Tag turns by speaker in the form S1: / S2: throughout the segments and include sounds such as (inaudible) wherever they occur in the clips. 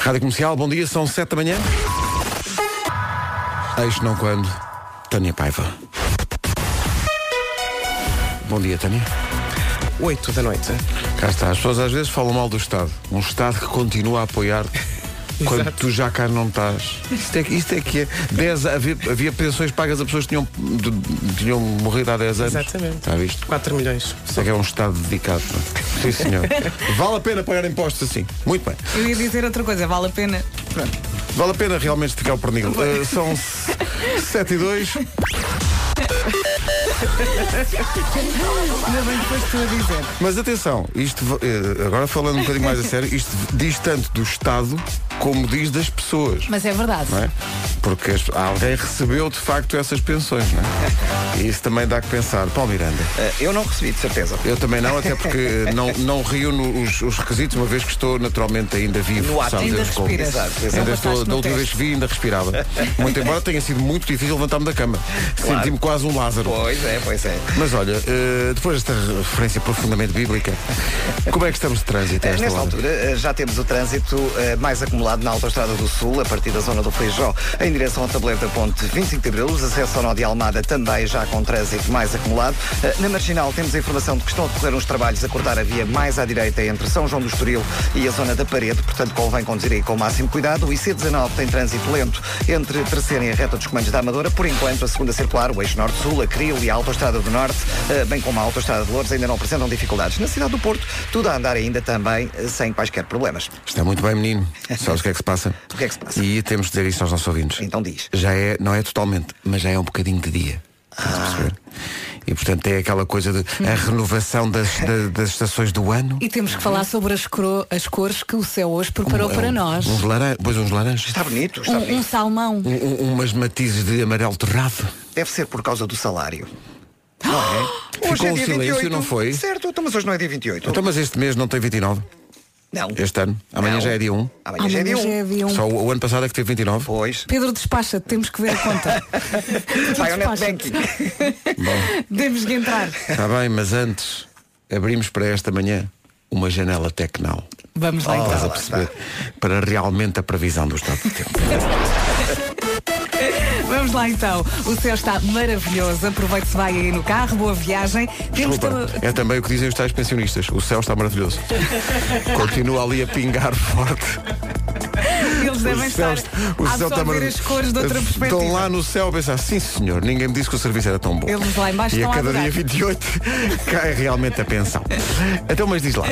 S1: Rádio Comercial, bom dia, são 7 da manhã. Eis não quando, Tânia Paiva. Bom dia, Tânia.
S2: 8 da noite.
S1: Cá está, as pessoas às vezes falam mal do Estado. Um Estado que continua a apoiar
S2: (laughs)
S1: quando tu já cá não estás. Isto é, que- isto é que é. 10, havia, havia pensões pagas a pessoas que tinham, de- de- tinham morrido há 10 anos.
S2: Exatamente.
S1: Está visto?
S2: 4 milhões.
S1: Isto é que é um Estado dedicado. pá.
S2: (laughs)
S1: Sim, senhor. Vale a pena pagar impostos assim. Muito bem.
S3: Eu ia dizer outra coisa, vale a pena.
S1: Vale a pena realmente esticar
S3: (laughs)
S1: o pernil. Eh, são 7 e 2.
S3: Ainda bem que depois tu a dizer.
S1: Mas atenção, isto eh, agora falando um bocadinho mais a sério, isto diz tanto do Estado como diz das pessoas.
S3: Mas é verdade.
S1: não é? Porque as- alguém recebeu de facto essas pensões, não é? E isso também dá que pensar. Paulo Miranda.
S4: Eh, Eu não recebi, de certeza.
S1: Eu também não, até porque eh, não, não reúno os, os requisitos, uma vez que estou naturalmente ainda vivo.
S4: No ato.
S1: sabes,
S3: Ainda
S1: eles como-
S3: respiras.
S4: Exato, exato.
S1: Ainda
S3: Não
S1: estou,
S3: passaste
S1: da
S3: no
S1: última vez
S3: teste.
S1: que vi, ainda respirava. Muito embora tenha sido muito difícil levantar-me da cama. Senti-me quase um Lázaro.
S4: Pois é, pois é.
S1: Mas olha, eh, depois desta referência profundamente bíblica, como é que estamos de trânsito a
S4: Eh,
S1: esta
S4: Nesta
S1: hora?
S4: altura eh, já temos o trânsito eh, mais acumulado na Autostrada do Sul, a partir da zona do Feijó, em direção ao tabuleiro da ponte 25 de Abril, os acessos ao Nó de Almada também já com trânsito mais acumulado. Eh, Na Marginal temos a informação de que estão a decorrer uns trabalhos a cortar a via mais à direita entre São João do Estoril e a zona da parede, portanto convém conduzir aí com o máximo cuidado. O IC19 tem trânsito lento entre terceira e a reta dos comandos da Amadora, por enquanto a segunda circular, o eixo Norte-Sul, a Cril e a Autostrada do Norte, eh, bem como a Autostrada de Louros, ainda não apresentam dificuldades. Na cidade do Porto, tudo a andar ainda também eh, sem quaisquer problemas.
S1: Está muito bem, menino. Sabes o que é que se passa?
S4: O que é que se passa?
S1: E temos de dizer isto aos nossos ouvintes.
S4: Então diz.
S1: Já é, não é totalmente, mas já é um bocadinho de dia. Estás a
S4: Ah.
S1: perceber? E portanto é aquela
S4: (laughs)
S1: coisa de a renovação das, da- das estações do ano.
S3: E temos que falar sobre as, cro- as cores que o céu hoje preparou para nós.
S1: é um- Uns laran... Pois uns laranjas.
S4: Está bonito, está
S3: Um, um
S4: bonito.
S3: salmão.
S1: Um- um- umas matizes de amarelo torrado.
S4: Deve ser por causa do
S1: (gasps)
S4: salário. Não é?
S1: Ficou um silêncio, não foi?
S4: Certo, então, mas hoje não é dia 28.
S1: Então, mas este mês não tem 29,
S4: não.
S1: este ano. Amanhã
S4: Não.
S1: já é dia 1.
S4: Amanhã,
S3: Amanhã
S4: já é dia 1.
S3: já é dia um.
S1: Só o, o ano passado é que teve 29.
S4: Pois.
S3: Pedro, despacha temos que ver a
S4: (laughs)
S3: conta. Pedro,
S4: Vai ao net
S3: despacha-te.
S4: banking.
S3: Temos que entrar.
S1: Está Tá bem, mas antes abrimos para esta manhã uma janela Tecnal.
S3: Vamos lá
S1: Estás a
S3: então.
S1: perceber? Para realmente a previsão do estado do tempo.
S3: Vamos lá então. O céu está maravilhoso. Aproveite-se bem aí no carro. Boa viagem. Temos
S1: Desculpa,
S3: tam-
S1: é também o que dizem os tais pensionistas. O céu está maravilhoso. Continua ali a pingar forte.
S3: Eles devem
S1: o céu,
S3: estar
S1: está-
S3: a
S1: o céu está
S3: absorver
S1: maravilhoso.
S3: as cores de outra perspectiva.
S1: Estão lá no céu a pensar, sim senhor, ninguém me disse que o serviço era tão bom.
S3: Eles lá embaixo
S1: e a
S3: estão a
S1: cada dia
S3: adorar.
S1: 28 (laughs) cai realmente a pensão. Então, mas diz lá.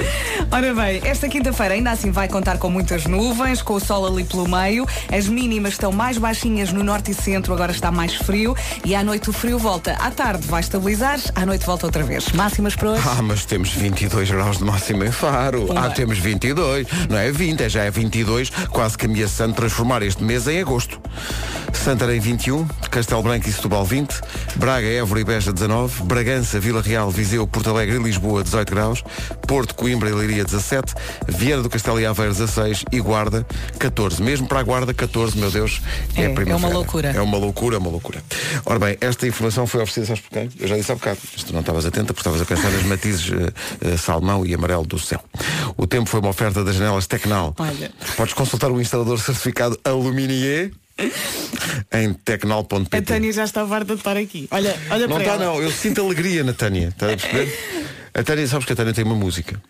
S3: Ora bem, esta quinta-feira ainda assim vai contar com muitas nuvens, com o sol ali pelo meio. As mínimas estão mais baixinhas no norte e centro, agora está mais frio. E à noite o frio volta. À tarde vai estabilizar, à noite volta outra vez. Máximas para hoje.
S1: Ah, mas temos 22 graus de máximo em Faro.
S3: Pumba.
S1: Ah, temos 22. Não é 20, é já é 22, quase que ameaçando transformar este mês em agosto. Santarém 21, Castelo Branco e Setúbal 20, Braga, Évora e Beja 19, Bragança, Vila Real, Viseu, Porto Alegre e Lisboa 18 graus, Porto, Coimbra e Leiria 17, Vieira do Castelo e Aveiro 16 e Guarda 14. Mesmo para a Guarda 14, meu Deus, é,
S3: É,
S1: a primavera.
S3: é uma loucura.
S1: É uma loucura, uma loucura. Ora bem, esta informação foi oferecida, sabes por quem? Eu já disse há bocado. Mas tu não estavas atenta porque estavas a pensar nas matizes eh, eh, salmão e amarelo do céu. O tempo foi uma oferta das janelas Tecnal.
S3: Olha.
S1: Podes consultar o instalador certificado Aluminier em
S5: A
S1: tecnal.pt.
S5: Tânia já está farta de estar aqui. Olha, olha
S1: Não
S5: para
S1: está
S5: ela.
S1: não, eu sinto alegria na Tânia, estás a perceber? A Tânia, sabes que a Tânia tem uma música.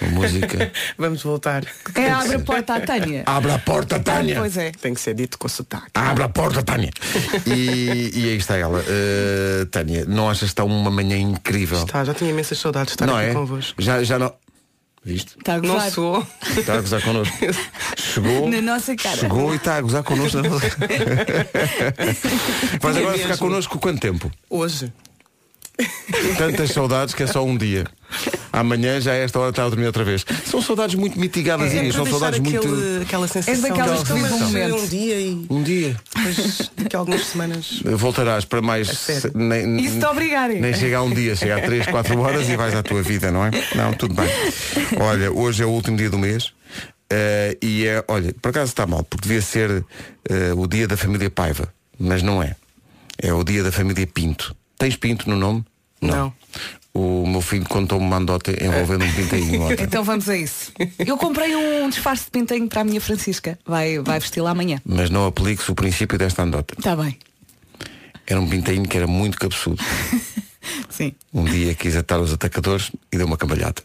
S1: Uma música.
S5: (laughs) Vamos voltar.
S3: É, abre a porta à Tânia. Ah,
S1: Abre a porta, Tânia!
S5: Pois é. Tem que ser dito com sotaque.
S1: Abra a porta, Tânia. E, e aí está ela. Uh, Tânia, não achas que está uma manhã incrível?
S5: Tá, já tinha imensas saudades de estar
S1: não
S5: aqui
S1: é?
S5: convosco.
S1: Já, já não. Viste?
S3: Está a
S5: Não
S3: gozar.
S5: sou.
S1: Está a gozar
S5: (laughs)
S1: connosco. Chegou.
S3: Na nossa cara.
S1: Chegou e está a gozar connosco.
S3: (laughs)
S1: na nossa- Vais
S5: É
S1: agora
S5: mesmo.
S1: ficar connosco quanto tempo?
S5: Hoje.
S1: Tantas saudades que é só um dia. Amanhã já a esta hora está a dormir outra vez. São saudades muito mitigadas,
S5: é
S1: e
S5: para
S1: são
S5: deixar
S1: saudades
S5: aquele,
S1: muito.
S5: aquela sensação.
S3: daquelas
S5: de,
S3: que vivem um
S5: "Mas
S3: momento."
S5: é um dia e
S1: Um dia.
S5: depois daqui a algumas semanas.
S1: Voltarás para mais.
S5: sério?
S1: se- nem-
S3: Isso te obrigarem.
S1: Nem chega a um dia, chega a 3, 4 horas e vais à tua vida, não é? Não, tudo bem. Olha, hoje é o último dia do mês. eh, e é, olha, por acaso está mal, porque devia ser eh, o dia da família Paiva, mas não é. É o dia da família Pinto. Tens Pinto no nome?
S5: Não.
S1: O meu filho contou-me uma andota envolvendo um
S3: (laughs)
S1: pintainho ontem.
S3: Então vamos a isso. Eu comprei um disfarce de pintinho para a minha Francisca. Vai, vai vesti-la amanhã.
S1: Mas não aplique-se o princípio desta andota.
S5: Tá
S3: Está bem.
S1: Era um pintainho que era muito cabeçudo.
S3: Sim.
S1: Um dia quis atar os atacadores e deu uma cambalhada.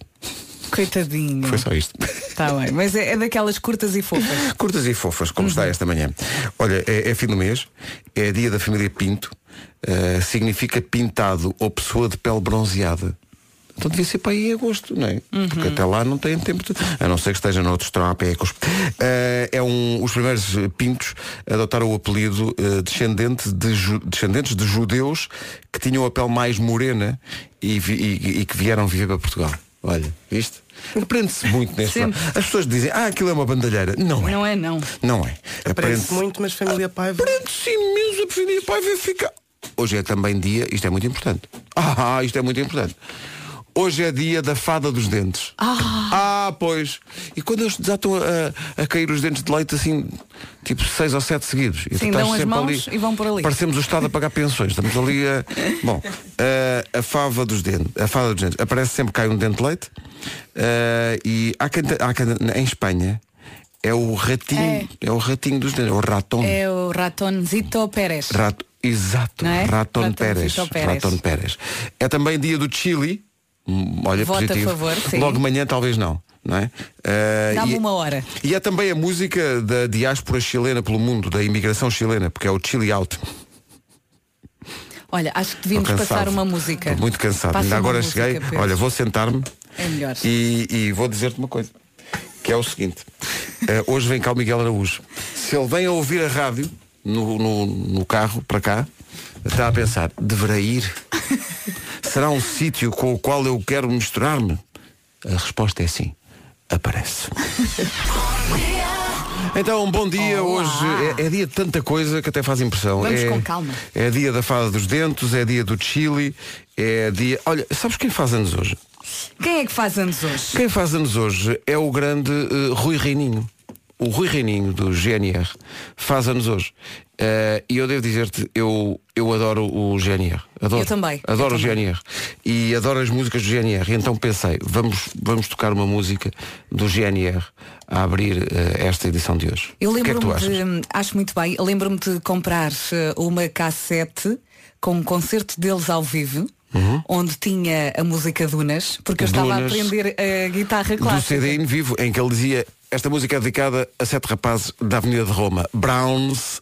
S3: Coitadinho.
S1: Foi só isto.
S3: Está bem. Mas é, é daquelas curtas e fofas.
S1: Curtas e fofas, como está esta manhã. Olha, é, é fim do mês, é dia da família Pinto, eh, significa pintado ou pessoa de pele bronzeada. Então devia ser para aí em agosto, não é? Porque
S6: Uhum.
S1: até lá não tem tempo de... A não ser que esteja noutros trópicos. Eh, é um, os primeiros eh, pintos adotaram o apelido eh, descendente de ju- descendentes de judeus que tinham a pele mais morena e, vi- e- e que vieram viver para Portugal. Olha, viste? Aprende-se muito neste
S3: Sempre.
S1: As pessoas dizem, ah, aquilo é uma bandalheira. Não é.
S3: Não é não.
S1: Não é.
S5: Parece
S1: Aprende-se
S5: muito, mas família Paiva.
S1: Aprende-se imenso a preferir pai ver ficar. Hoje é também dia, isto é muito importante. (laughs) Ah, isto é muito importante. Hoje é dia da fada dos dentes. Ah, pois. E quando eles desatam a, a cair os dentes de leite assim, tipo seis ou sete seguidos. E tu
S3: Sim,
S1: estás
S3: dão as
S1: sempre
S3: mãos e vão por ali.
S1: Parecemos o Estado a pagar pensões. Estamos
S3: (laughs)
S1: ali a. Bom, eh, a fava dos dentes. A fava dos dentes. Aparece sempre que cai um dente de leite. Eh, e há quem, te- há quem- em Espanha é o ratinho. É. o ratinho dos dentes. É o ratão.
S3: É o ratonzito Pérez.
S1: Rato, exato,
S3: Não é?
S1: Raton
S3: Raton
S1: Pérez.
S3: Zito Pérez.
S1: Raton Pérez. É também dia do Chile. Hum, Olha,
S3: Vota a
S1: positivo.
S3: favor, sim.
S1: Logo de manhã talvez não. não é? Ah,
S3: Dá-me
S1: e-
S3: uma hora.
S1: E é também a música da diáspora chilena pelo mundo, da imigração chilena, porque é o Chile Out.
S3: Olha, acho que
S1: Estou
S3: devíamos
S1: cansado.
S3: passar uma música.
S1: Estou muito cansado.
S3: É. Passa
S1: Ainda
S3: uma
S1: agora
S3: música,
S1: cheguei.
S3: Pedro.
S1: Olha, vou sentar-me
S3: É melhor.
S1: e, e vou dizer-te uma coisa. Que é o seguinte. Eh, hoje vem cá o Miguel Araújo. Se ele vem a ouvir a rádio no, no, no carro para cá, está a pensar, deverá ir? Será um sítio com o qual eu quero misturar-me? A resposta é sim.
S3: (laughs)
S1: Aparece. Então, bom dia.
S3: Olá.
S1: Hoje é, é dia de tanta coisa que até faz impressão.
S3: Vamos
S1: é,
S3: com calma.
S1: É dia da fada dos dentes, é dia do Chile, é dia. Olha, sabes quem faz anos hoje?
S3: Quem é que faz anos hoje?
S1: Quem faz anos hoje é o grande eh, Rui Reininho. O Rui Reininho do GNR faz anos hoje. Eh, e eu devo dizer-te, eu, eu adoro o GNR. Adoro.
S3: Eu também, eu
S1: Adoro o
S3: também.
S1: GNR. E adoro as músicas do GNR. E Então pensei, vamos, vamos tocar uma música do GNR a abrir eh, esta edição de hoje.
S3: Eu
S1: o que é que
S3: lembro-me
S1: tu achas?
S3: de, acho muito bem, eu lembro-me de comprar eh, uma cassete com um concerto deles ao vivo, onde tinha a música Dunas, porque eu estava a
S1: Uhum. Dunas.
S3: aprender a guitarra
S1: do
S3: clássica.
S1: CD em vivo, em que ele dizia esta música é dedicada a sete rapazes da Avenida de Roma, Browns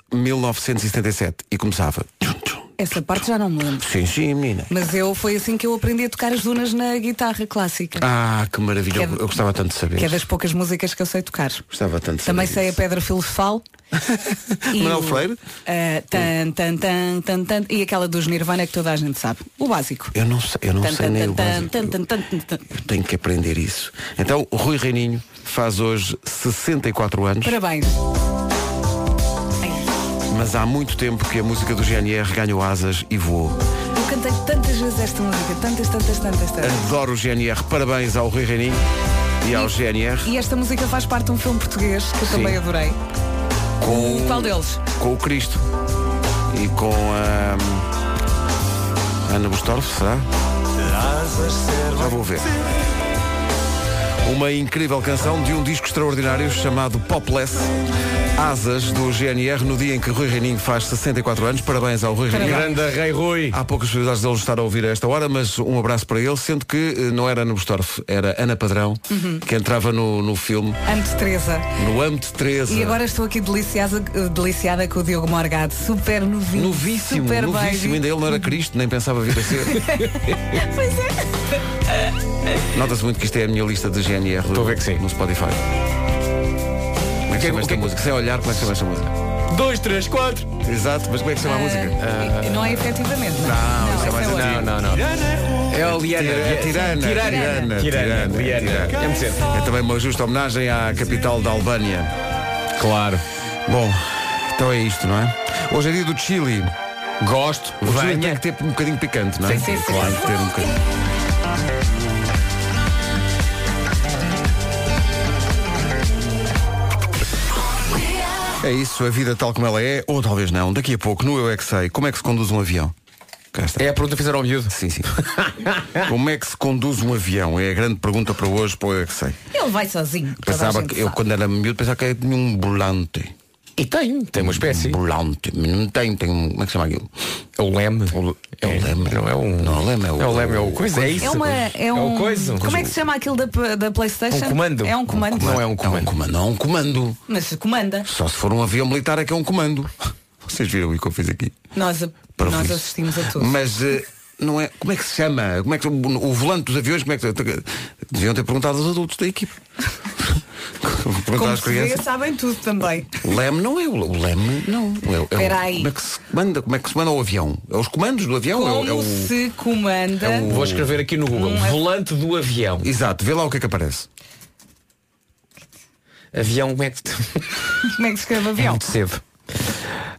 S1: 1977. E começava. Tum, tum.
S3: Essa parte já não me lembro.
S1: Sim, sim, menina.
S3: Mas eu foi assim que eu aprendi a tocar as dunas na guitarra clássica.
S1: Ah, que maravilha.
S3: Que é-
S1: Eu eu gostava tanto de saber.
S3: Que é das poucas músicas que eu sei tocar.
S1: Gostava tanto de saber.
S3: Também sei a
S1: disso.
S3: Pedra
S1: (laughs)
S3: Filosofal. E
S1: é Manuel
S3: o,
S1: Freire?
S3: ah, tan, tan, tan, tan, tan, e aquela dos Nirvana que toda a gente sabe. O básico.
S1: Eu não sei, eu não
S3: Tan,
S1: sei
S3: tan,
S1: nem o
S3: tan,
S1: básico.
S3: tan, tan, tan, tan, tan.
S1: Eu tenho que aprender isso. Então, o Rui Reininho faz hoje 64 anos,
S3: Parabéns.
S1: mas há muito tempo que a música do GNR ganhou asas e voou.
S3: Eu cantei tantas vezes esta música, tantas, tantas, tantas, tantas.
S1: Adoro o GNR. Parabéns ao Rui Reininho e ao GNR.
S3: E esta música faz parte de um filme português que eu
S1: Sim.
S3: também adorei.
S1: com
S3: O qual deles?
S1: Com o Cristo e com a hum, Ana Bustorf, será? Já vou ver. Uma incrível canção de um disco extraordinário chamado Popless. Asas do GNR no dia em que Rui Reininho faz 64 anos. Parabéns ao Rui Reininho.
S7: Grande Rei Rui.
S1: Há poucas possibilidades de ele estar a ouvir a esta hora, mas um abraço para ele, sendo que eh, não era Ana Bustorf, era Ana Padrão,
S3: Uhum.
S1: que entrava no, no filme,
S3: Amo de Teresa.
S1: no âmbito 13.
S3: E agora estou aqui deliciada, deliciada com o Diogo Morgado, super novinho.
S1: Novíssimo,
S3: super
S1: novíssimo.
S3: baby.
S1: Ainda ele não era Cristo, nem pensava vir a ser.
S3: (laughs) Pois é.
S1: Nota-se muito que isto é a minha lista de GNR
S7: Estou a ver que sim.
S1: no Spotify. Como é que
S7: que-
S1: chama
S7: o
S1: esta
S7: que-
S1: música? Sem olhar, como é que chama esta música?
S7: Dois, três, quatro.
S1: Exato, mas como é que chama a música?
S3: Ah, não é efetivamente. Não,
S1: isso é mais
S3: esse
S1: antigo.
S7: Não, um não, não. É a Liana.
S1: Tira- Tirana, Tirana,
S7: Tirana. Tirana.
S1: Tirana,
S7: Liana.
S1: Tirana.
S7: É muito certo.
S1: É também uma justa homenagem à capital da Albânia.
S7: Claro.
S1: Bom, então é isto, não é? Hoje é dia do Chile.
S7: Gosto.
S1: O Chile tem
S7: Venha.
S1: que ter um bocadinho picante, não é?
S3: Sim, sim, sim.
S1: Claro, ter um bocadinho. É isso, a vida tal como ela é, ou talvez não. Daqui a pouco, no Eu É Que Sei, como é que se conduz um avião? Cá está.
S7: É a pergunta que fizeram ao miúdo.
S1: Sim, (laughs) sim. Como é que se conduz um avião? É a grande pergunta para hoje, para eu é que sei.
S3: Ele vai sozinho. toda a
S1: Pensava
S3: gente
S1: que eu
S3: sabe.
S1: quando era miúdo pensava que era tinha um volante.
S7: E tem, tem uma espécie.
S1: Um volante. Mas Não tem, tem um. Como é que se chama aquilo?
S7: É o leme.
S1: É o leme.
S7: Não é um.
S1: Não, o leme é o-
S7: É o leme, é o coisa. É isso.
S3: É, uma, é, um,
S7: o coisa.
S3: Como é que se chama aquilo da, da Playstation?
S7: Um comando.
S3: É um comando.
S7: Não é um
S1: É um
S7: comando.
S1: comando, não é um comando.
S3: Mas comanda.
S1: Só se for um avião militar é que é um comando. (laughs) Vocês viram o que eu fiz aqui?
S3: Nós, a-
S1: Para
S3: nós
S1: isso.
S3: assistimos a tudo.
S1: Mas eh, não é. Como é que se chama? Como é que o, o volante dos aviões, como é que deviam ter perguntado aos adultos
S3: (laughs)
S1: da equipe? Perguntar
S3: Como
S1: às
S3: se vê,
S1: crianças.
S3: sabem tudo também.
S1: O leme não é o, o leme, não. É, o- é o-
S3: Espera aí.
S1: como é que se manda, como é que se manda o avião? É os comandos do avião? É o-
S3: Como
S1: é o, é
S3: se comanda.
S7: Vou escrever aqui no Google.
S3: Hum, é-
S7: Volante do avião.
S1: Exato, vê lá o que é que aparece.
S7: Avião, como é
S1: (laughs)
S7: que.
S3: Como é que se escreve
S7: É
S3: avião?
S7: muito cedo.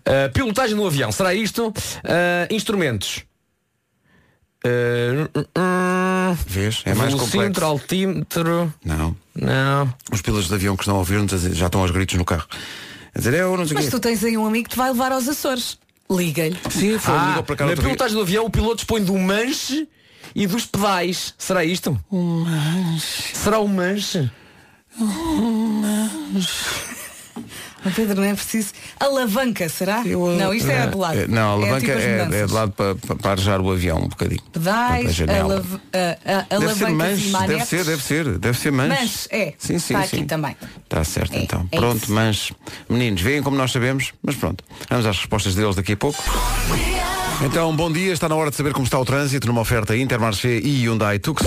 S7: Uh, pilotagem do avião, será isto? Uh, instrumentos. Uh, hum, hum,
S1: Vês? É mais
S7: velocímetro,
S1: complexo.
S7: altímetro.
S1: Não.
S7: Não.
S1: Os pilotos de avião que estão a ouvir-nos a dizer- já estão aos gritos no carro. A dizer, eu não sei o
S3: Mas
S1: quê.
S3: tu tens aí um amigo que te vai levar aos Açores. Liga-lhe.
S1: Sim, foi, um
S7: Ah,
S1: ligou para cá no
S7: na
S1: outro dia.
S7: pilotagem do avião o piloto dispõe do manche e dos pedais. Será isto? Um manche. Será o manche?
S3: Oh, (laughs) Pedro, não é preciso. Alavanca, será? não, isto é do lado.
S1: É, Não, a alavanca
S3: tipo as
S1: é, é
S3: mudanças.
S1: de lado para, para, para arejar o avião um bocadinho. Para a
S3: Pedais,
S1: janela.
S3: alava- a- a-
S1: Deve
S3: alavancas
S1: ser
S3: e
S1: manche, deve
S3: manetes.
S1: ser, deve ser, deve ser manche.
S3: Manche, é.
S1: Sim, sim,
S3: Está
S1: sim.
S3: aqui também.
S1: Está certo,
S3: É,
S1: então.
S3: é
S1: pronto,
S3: isso.
S1: manche. Meninos, veem como nós sabemos, mas pronto. Vamos às respostas deles daqui a pouco. Então, bom dia, está na hora de saber como está o trânsito numa oferta Intermarché e Hyundai Tucson.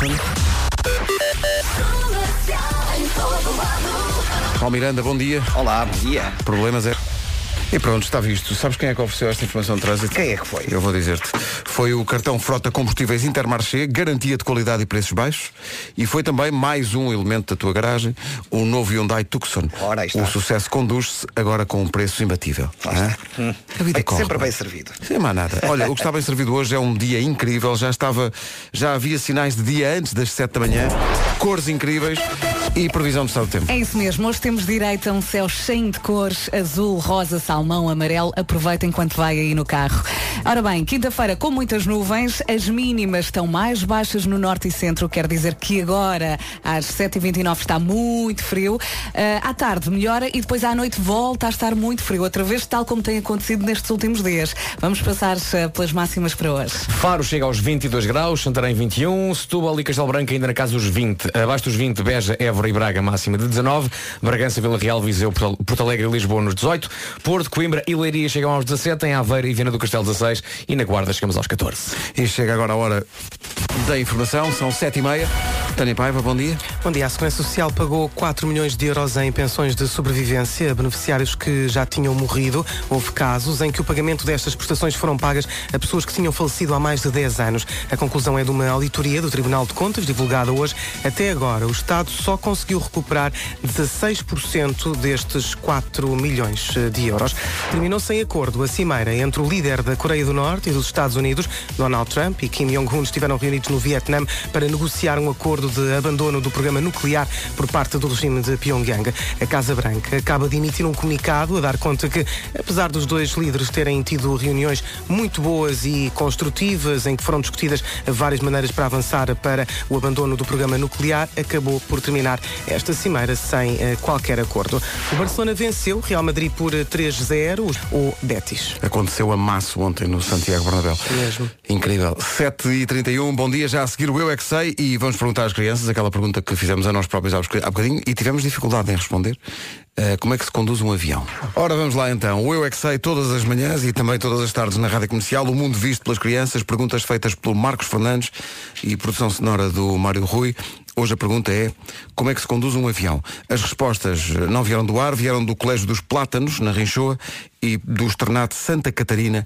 S1: Paulo Miranda, bom dia.
S4: Olá, bom dia.
S1: Problemas é. E pronto, está visto. Sabes quem é que ofereceu esta informação de trânsito?
S4: Quem é que foi?
S1: Eu vou dizer-te. Foi o cartão Frota Combustíveis Intermarché, garantia de qualidade e preços baixos. E foi também mais um elemento da tua garagem, o novo Hyundai Tucson.
S4: Ora, aí está.
S1: o sucesso conduz-se agora com um preço imbatível. Hã? A vida
S4: Bem- Hum. É
S1: corre. é?
S4: sempre bem servido.
S1: Sem mais nada. Olha, o que está bem servido hoje é um dia incrível. Já estava, já havia sinais de dia antes das 7 da manhã, cores incríveis e previsão do estado do tempo.
S3: É isso mesmo, hoje temos direito a um céu cheio de cores, azul, rosa, salmão, amarelo. Aproveita enquanto vai aí no carro. Ora bem, quinta-feira com muitas nuvens, as mínimas estão mais baixas no norte e centro, quer dizer que agora às 7h29 está muito frio. Ah, à tarde melhora e depois à noite volta a estar muito frio, outra vez tal como tem acontecido nestes últimos dias. Vamos passar ah, pelas máximas para hoje.
S7: Faro chega aos 22 graus, Santarém 21, Setúbal e Castelo Branco ainda na casa dos 20. Abaixo dos 20, Beja, Évora e Braga máxima de 19, Bragança, Vila Real, Viseu, Porto Porto Alegre e Lisboa nos 18, Porto, Coimbra e Leiria chegam aos 17, em Aveira e Viana do Castelo 16 e na Guarda chegamos aos 14.
S1: E chega agora a hora da informação, são sete e meia. Tânia Paiva, bom dia.
S5: Bom dia. A Segurança Social pagou 4 milhões de euros em pensões de sobrevivência a beneficiários que já tinham morrido. Houve casos em que o pagamento destas prestações foram pagas a pessoas que tinham falecido há mais de 10 anos. A conclusão é de uma auditoria do Tribunal de Contas, divulgada hoje. Até agora, o Estado só conseguiu recuperar 16% destes 4 milhões eh, de euros. Terminou sem acordo a cimeira entre o líder da Coreia do Norte e dos Estados Unidos, Donald Trump, e Kim Jong-un estiveram reunidos no Vietnã para negociar um acordo de abandono do programa nuclear por parte do regime de Pyongyang. A Casa Branca acaba de emitir um comunicado a dar conta que, apesar dos dois líderes terem tido reuniões muito boas e construtivas, em que foram discutidas várias maneiras para avançar para o abandono do programa nuclear, acabou por terminar esta cimeira sem eh, qualquer acordo. O Barcelona venceu o Real Madrid por eh, 3-0, o Betis.
S1: Aconteceu a massa ontem no Santiago Bernabéu.
S5: Mesmo.
S1: Incrível. 7h31, bom dia. Já a seguir o Eu É Que Sei e vamos perguntar às crianças aquela pergunta que fizemos a nós próprios há bocadinho- há bocadinho e tivemos dificuldade em responder. eh, como é que se conduz um avião? Ora, vamos lá então. O Eu É Que Sei todas as manhãs e também todas as tardes na Rádio Comercial. O Mundo Visto pelas Crianças. Perguntas feitas pelo Marcos Fernandes e produção sonora do Mário Rui. Hoje a pergunta é como é que se conduz um avião? As respostas eh, não vieram do ar, vieram do Colégio dos Plátanos, na Rinchoa, e do Externato Santa Catarina,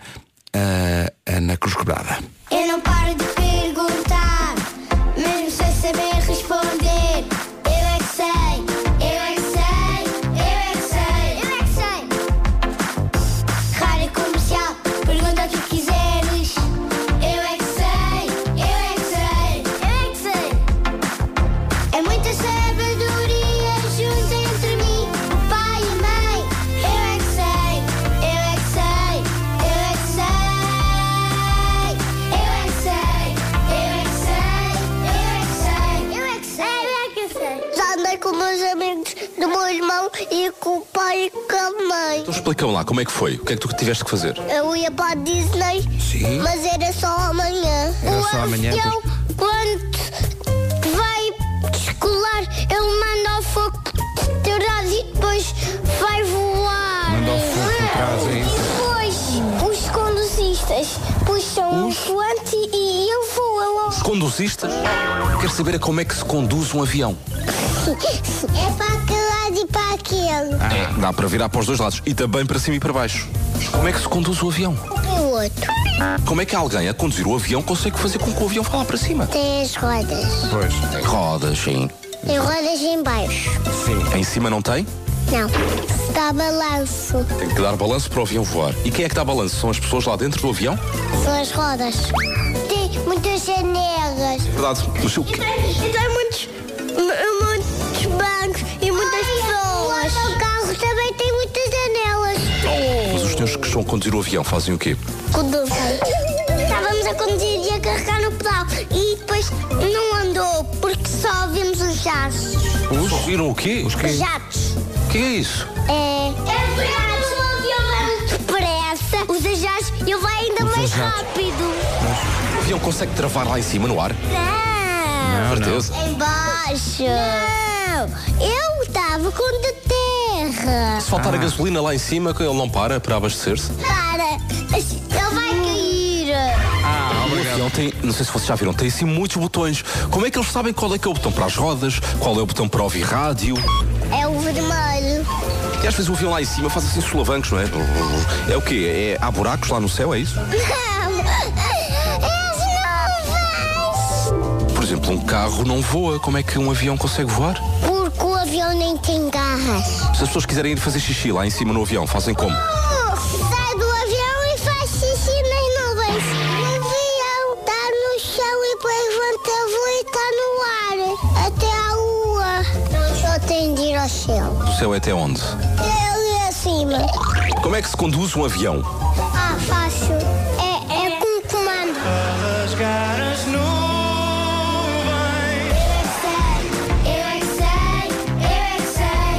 S1: eh, na Cruz Quebrada.
S8: Eu não paro de perguntar, mesmo sem saber responder. Eu é que sei, eu é que sei, eu é que sei, eu é que sei. Rádio comercial, pergunta o que quiseres. Eu é que sei, eu é que sei, eu é que sei. É muita sabedoria junto entre mim, o pai e a mãe. Eu é que sei, eu é que sei, eu é que sei. Eu é pai e com a mãe.
S9: Então explica-me lá, como é que foi? O que é que tu tiveste que fazer?
S8: Eu ia para a Disney,
S1: Sim.
S8: mas era só amanhã.
S1: Era
S8: o
S1: só amanhã,
S8: ancião, quando vai descolar, ele manda o fogo estourado e depois vai voar.
S1: Manda o fogo por causa, é isso.
S8: Depois os conduzistas puxam o volante e eu vou
S9: Os conduzistas? Quero saber é como é que se conduz um avião.
S8: É para aquele lado e para aquele.
S9: É, dá para virar para os dois lados e também para cima e para baixo. Mas como é que se conduz o avião?
S8: E o outro
S9: Como é que alguém a conduzir o avião consegue fazer com que o avião vá lá para cima?
S8: tem as rodas.
S1: Pois.
S9: Rodas, sim.
S8: Tem rodas em baixo.
S9: Em cima não tem?
S8: Não. Dá balanço.
S9: Tem que dar balanço para o avião voar. E quem é que dá balanço? São as pessoas lá dentro do avião?
S8: São as rodas. Tem muitas janelas.
S9: É Verdade. Mas o
S8: E
S9: que-
S8: tem, muitos, muitos bancos e muitas pessoas. O é carro também tem muitas janelas.
S9: Mas os senhores que estão a conduzir o avião fazem o quê?
S8: Conduzem. Estávamos a conduzir e a carregar no pedal. E depois não andou porque só vimos os jatos.
S9: Os? Viram o quê? Os
S8: Os jatos.
S9: O que é isso?
S8: É. É verdade, o avião vai muito depressa. Os ajados, ele vai ainda mais rápido.
S9: O avião consegue travar lá em cima no ar?
S8: Não.
S9: Certeza.
S8: Em baixo. Não. Eu estava com de terra.
S9: Se faltar a gasolina lá em cima, ele não para para abastecer-se.
S8: Para. Assim, Ele vai cair. Ah.
S9: O avião tem, não sei se vocês já viram, tem assim muitos botões. Como é que eles sabem qual é que é o botão para as rodas, qual é o botão para ouvir rádio?
S8: É o vermelho.
S9: E às vezes o avião lá em cima faz assim solavancos, não é? É o quê? É, há buracos lá no céu, é isso?
S8: Não. As nuvens.
S9: Por exemplo, um carro não voa, como é que um avião consegue voar?
S8: Porque o avião nem tem garras.
S9: Se as pessoas quiserem ir fazer xixi lá em cima no avião, fazem como?
S8: Sai do avião e faz xixi nas nuvens. O avião está no chão e depois levanta voa e está no ar. Até à lua. Não só tem de ir ao céu.
S9: O céu é até onde?
S8: É ali acima.
S9: Como é que se conduz um avião?
S8: Ah, fácil. É, é com comando. Eu é que sei, eu é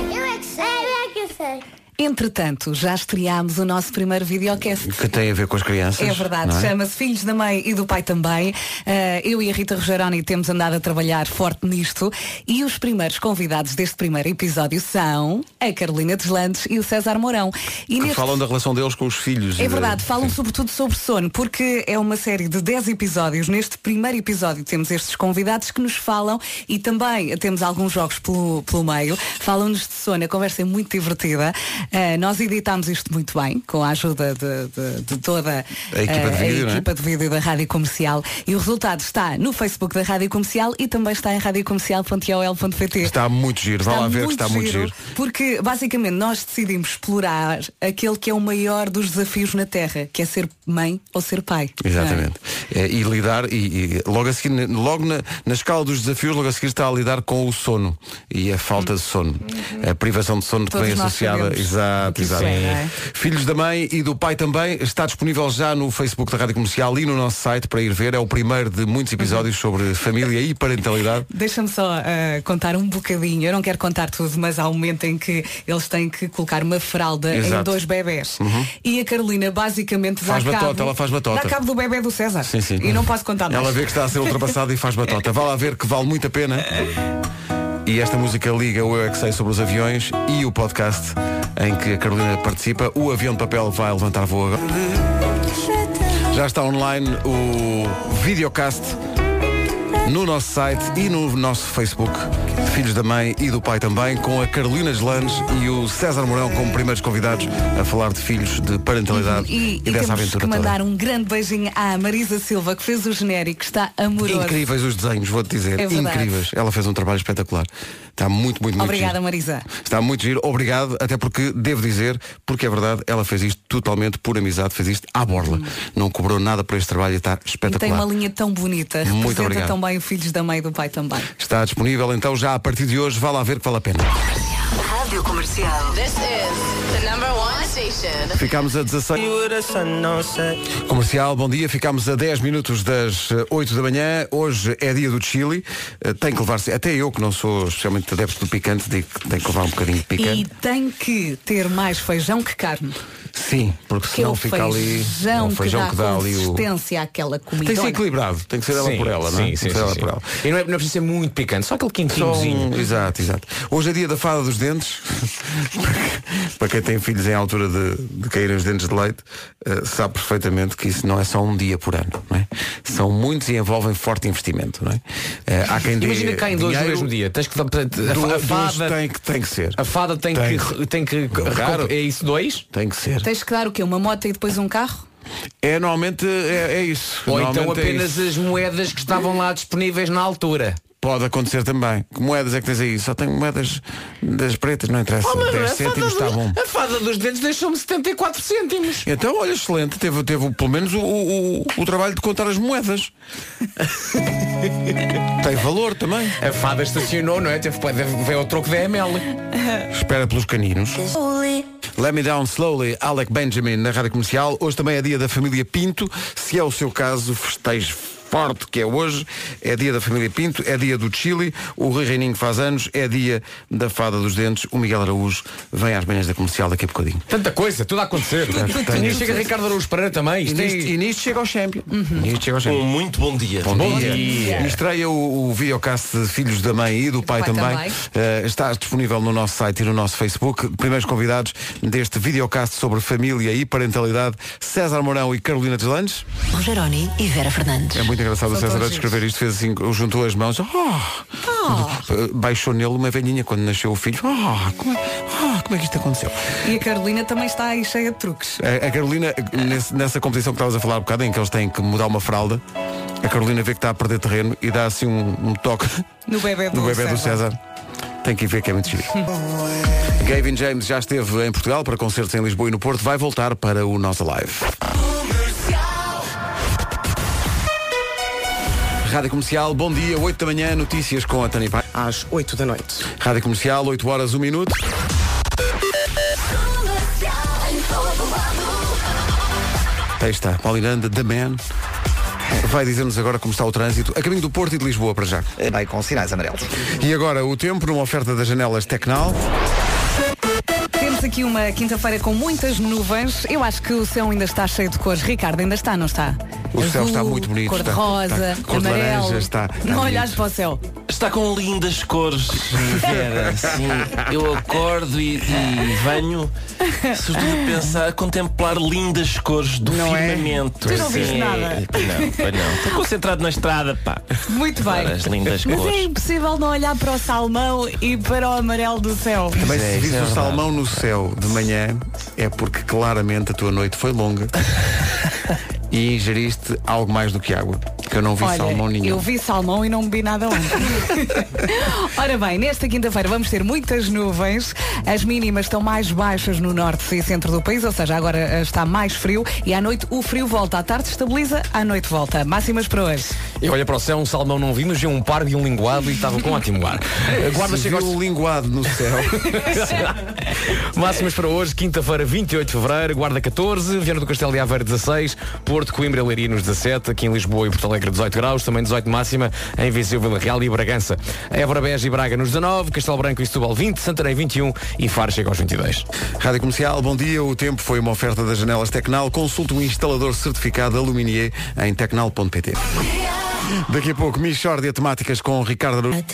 S8: que sei, eu é que sei, eu é que sei.
S3: Entretanto, já estreámos o nosso primeiro videocast.
S1: Que tem a ver com as crianças.
S3: É verdade,
S1: não
S3: chama-se Filhos da Mãe e do Pai também. Eh, eu e a Rita Rogeroni temos andado a trabalhar forte nisto e os primeiros convidados deste primeiro episódio são a Carolina Deslandes e o César Mourão. E
S1: Que
S3: neste-
S1: falam da relação deles com os filhos. e
S3: É
S1: da-
S3: verdade, falam sobretudo sobre sono, porque é uma série de 10 episódios. Neste primeiro episódio temos estes convidados que nos falam e também temos alguns jogos pelo, pelo meio. Falam-nos de sono, a conversa é muito divertida. Eh, nós editámos isto muito bem, com a ajuda de, de- de toda
S1: A equipa de
S3: eh,
S1: vídeo, não é?
S3: equipa de vídeo da Rádio Comercial. E o resultado está no Facebook da Rádio Comercial e também está em radiocomercial.ol.pt.
S1: eh, Está muito giro, vá lá ver que
S3: muito
S1: está muito giro.
S3: Porque basicamente nós decidimos explorar aquele que é o maior dos desafios na Terra, que é ser mãe ou ser pai.
S1: Exatamente. É, e lidar, e, e logo a seguir, ne- logo na, na escala dos desafios, logo a seguir está a lidar com o sono e a falta de sono. A privação de sono que
S3: Uhum. Todos
S1: vem
S3: nós
S1: associada.
S3: sabemos o
S1: Exato,
S3: que isso
S1: exato.
S3: é, não é?
S1: Filhos da mãe e do pai também está disponível já no Facebook da Rádio Comercial e no nosso site para ir ver. É o primeiro de muitos episódios sobre família e parentalidade.
S3: Deixa-me só ah, contar um bocadinho. Eu não quero contar tudo, mas há um momento em que eles têm que colocar uma fralda em
S1: Exato.
S3: dois bebés. E a Carolina basicamente dá
S1: Faz batota,
S3: cabo-
S1: ela faz batota.
S3: Dá cabo do bebê do César.
S1: Sim, sim.
S3: E não posso contar mais.
S1: Ela vê que está a ser ultrapassada e faz batota. Vá lá ver que vale muito a pena. E esta música liga o Eu é que sei sobre os aviões e o podcast em que a Carolina participa. O avião de papel vai levantar voo agora. Já está online o videocast no nosso site e no nosso Facebook. de Filhos da Mãe e do Pai também, com a Carolina Gelandes e o César Mourão como primeiros convidados a falar de filhos, de parentalidade
S3: E,
S1: e,
S3: e
S1: dessa
S3: temos
S1: aventura
S3: que mandar
S1: toda.
S3: um grande beijinho à Marisa Silva, que fez o genérico, está amorosa.
S1: Incríveis os desenhos, vou-te dizer.
S3: É verdade.
S1: Incríveis. Ela fez um trabalho espetacular. Está muito, muito, muito
S3: Obrigada,
S1: giro.
S3: Marisa.
S1: Está muito giro. Obrigado, até porque devo dizer, porque é verdade, ela fez isto totalmente por amizade, fez isto à borla. Não cobrou nada por este trabalho e está
S3: E
S1: espetacular.
S3: tem uma linha tão bonita,
S1: Muito
S3: representa
S1: obrigado.
S3: tão bem também filhos da mãe e do pai também.
S1: Está disponível então já a partir de hoje, vá lá ver que vale a pena.
S10: Rádio Comercial.
S11: This is the number one station.
S1: Ficámos a 16. Comercial, bom dia. Ficámos a 10 minutos das eh, 8 da manhã. Hoje é dia do Chile. Eh, Tem que levar-se. Até eu, que não sou especialmente adepto do picante, digo que tem que levar um bocadinho de
S3: E
S1: picante.
S3: tem que ter mais feijão que carne.
S1: Sim, porque
S3: Que é
S1: senão
S3: o
S1: fica
S3: feijão,
S1: ali. é o feijão
S3: que dá, consistência àquela comida.
S1: Tem que ser equilibrado. Tem que ser ela
S7: Sim,
S1: por ela, não é?
S7: Sim, sim,
S1: Tem que ser ela
S7: sim,
S1: por
S7: sim.
S1: ela.
S7: E não é, não é preciso ser muito picante, só aquele
S1: Só
S7: quentinhozinho.
S1: um... Exato, exato. Hoje é dia da fada dos dentes. Para quem tem filhos em altura de, de caírem os dentes de leite, eh, sabe perfeitamente que isso não é só um dia por ano. Não é? São muitos e envolvem forte investimento. Não é? Eh, há quem dê
S7: Imagina que caem dois no
S1: dinheiro,
S7: mesmo dia. Tens que dar-
S1: do-
S7: a, a
S1: dos
S7: fada,
S1: tem, que, tem que ser.
S7: a fada tem,
S1: Tem.
S7: que tem que
S1: Claro.
S7: é isso dois?
S1: Tem que ser.
S3: Tens que dar o quê? Uma moto e depois um carro?
S1: É normalmente é, é isso.
S7: Ou então
S1: Normalmente é
S7: apenas
S1: isso.
S7: as moedas que estavam lá disponíveis na altura.
S1: Pode acontecer também. Que moedas é que tens aí? Só tenho moedas das pretas, não interessa.
S7: Oh, é
S1: 10 cêntimos está bom.
S7: a fada dos dentes deixou-me 74 cêntimos.
S1: Então, olha, excelente. Teve, teve pelo menos o, o- o- o trabalho de contar as
S7: (laughs)
S1: moedas. Tem valor também.
S7: A fada estacionou, não é? Teve, deve ver o troco da ML.
S1: (laughs) Espera pelos caninos. Let Me Down Slowly, Alec Benjamin, na Rádio Comercial. Hoje também é dia da família Pinto. Se é o seu caso, festejo forte que é hoje. É dia da família Pinto, é dia do Chile. O Rui Reininho faz anos, é dia da fada dos dentes. O Miguel Araújo vem às manhãs da Comercial daqui a bocadinho.
S7: Tanta coisa, é tudo a acontecer.
S1: tenho-
S7: E chega Ricardo Araújo Pereira também.
S1: E
S7: Isto Uhum.
S1: nisto,
S7: é...
S1: e nisto chega ao champion. Nisto chega ao champion.
S9: Um muito bom dia.
S1: Bom,
S7: Bom
S1: dia.
S7: dia.
S1: E Estreia o, o videocast de Filhos da Mãe e do Pai,
S3: pai
S1: também.
S3: também.
S1: Eh, está disponível no nosso site e no nosso Facebook. Primeiros convidados deste videocast sobre família e parentalidade, César Mourão e Carolina Deslandes.
S10: Com Jeroni e Vera Fernandes.
S1: É muito engraçado o César a
S3: todos
S1: descrever isto, fez assim, juntou as mãos, oh! Eh, baixou nele uma velhinha quando nasceu o filho. Oh, como é, oh, como é que isto aconteceu?
S3: E a Carolina também está aí cheia de truques.
S1: A, a Carolina, nesse- nessa competição que estavas a falar há bocado, em que eles têm que mudar uma fralda, a Carolina vê que está a perder terreno e dá assim um- um toque
S3: No bebê do,
S1: do bebê do César. Tem que ir ver que é muito giro. é. Gavin James já esteve em Portugal para concertos em Lisboa e no Porto. Vai voltar para o nosso live. Rádio Comercial, bom dia, 8 da manhã, notícias com a Tânia Pai.
S5: Às 8 da noite.
S1: Rádio Comercial, 8 horas, 1 minuto. Aí está, Paulo Miranda, The Man. Vai dizer-nos agora como está o trânsito a caminho do Porto e de Lisboa para já.
S4: Eh, Bem, com sinais amarelos.
S1: E agora o tempo numa oferta das janelas Tecnal.
S3: Temos aqui uma quinta-feira com muitas nuvens. Eu acho que o céu ainda está cheio de cores. Ricardo, ainda está, não está?
S1: O céu
S3: Azul,
S1: está muito bonito,
S3: Cor de
S1: está,
S3: rosa,
S1: está. Cor de
S3: amarelo.
S1: laranja, está, está
S3: não
S1: bonito.
S3: olhas para o céu.
S12: Está com lindas cores,
S1: (laughs)
S12: Vera. Sim, eu acordo e, e venho, sobretudo a pensar, a contemplar lindas cores do
S1: Não é?
S12: firmamento.
S3: Tu não viste
S12: Sim.
S3: nada.
S12: Pois Não, pois não. Estou concentrado na estrada, pá.
S3: Muito
S12: Para
S3: bem.
S12: as lindas
S3: Mas é
S12: cores.
S3: impossível não olhar para o salmão e para o amarelo do céu.
S1: Também
S12: Pois é,
S1: se
S12: isso
S1: viste
S12: é
S1: o
S12: verdade.
S1: salmão no céu de manhã é porque claramente a tua noite
S12: (laughs)
S1: foi longa e ingeriste algo mais do que água. Que eu não vi
S3: Olha,
S1: salmão nenhum.
S3: eu vi salmão e não bebi nada
S1: (laughs)
S3: ontem. Ora bem, nesta quinta-feira vamos ter muitas nuvens. As mínimas estão mais baixas no norte e centro do país, ou seja, agora eh, está mais frio e à noite o frio volta. À tarde estabiliza, à noite volta. Máximas para hoje.
S7: Eu olhei para o céu, um salmão não vimos, vi um pargo e um linguado e estava com
S1: (laughs)
S7: ótimo ar. A guarda
S1: É, Se
S7: chega aos
S1: viu o linguado no
S12: (laughs)
S1: céu.
S7: Máximas para hoje, quinta-feira, 28 de Fevereiro, Guarda 14, Viana do Castelo e Aveiro 16, Porto, Coimbra e Leiria nos 17, aqui em Lisboa e Porto Alegre 18 graus, também 18 máxima em Viseu, Vila Real e Bragança. Évora, Beja e Braga nos 19, Castelo Branco e Setúbal 20, Santarém 21 e Faro chega aos 22.
S1: Rádio Comercial, bom dia. O tempo foi uma oferta das janelas Tecnal. Consulte um instalador certificado Aluminier em tecnal.pt. Daqui a pouco, Michórdia Temáticas com Ricardo Aru...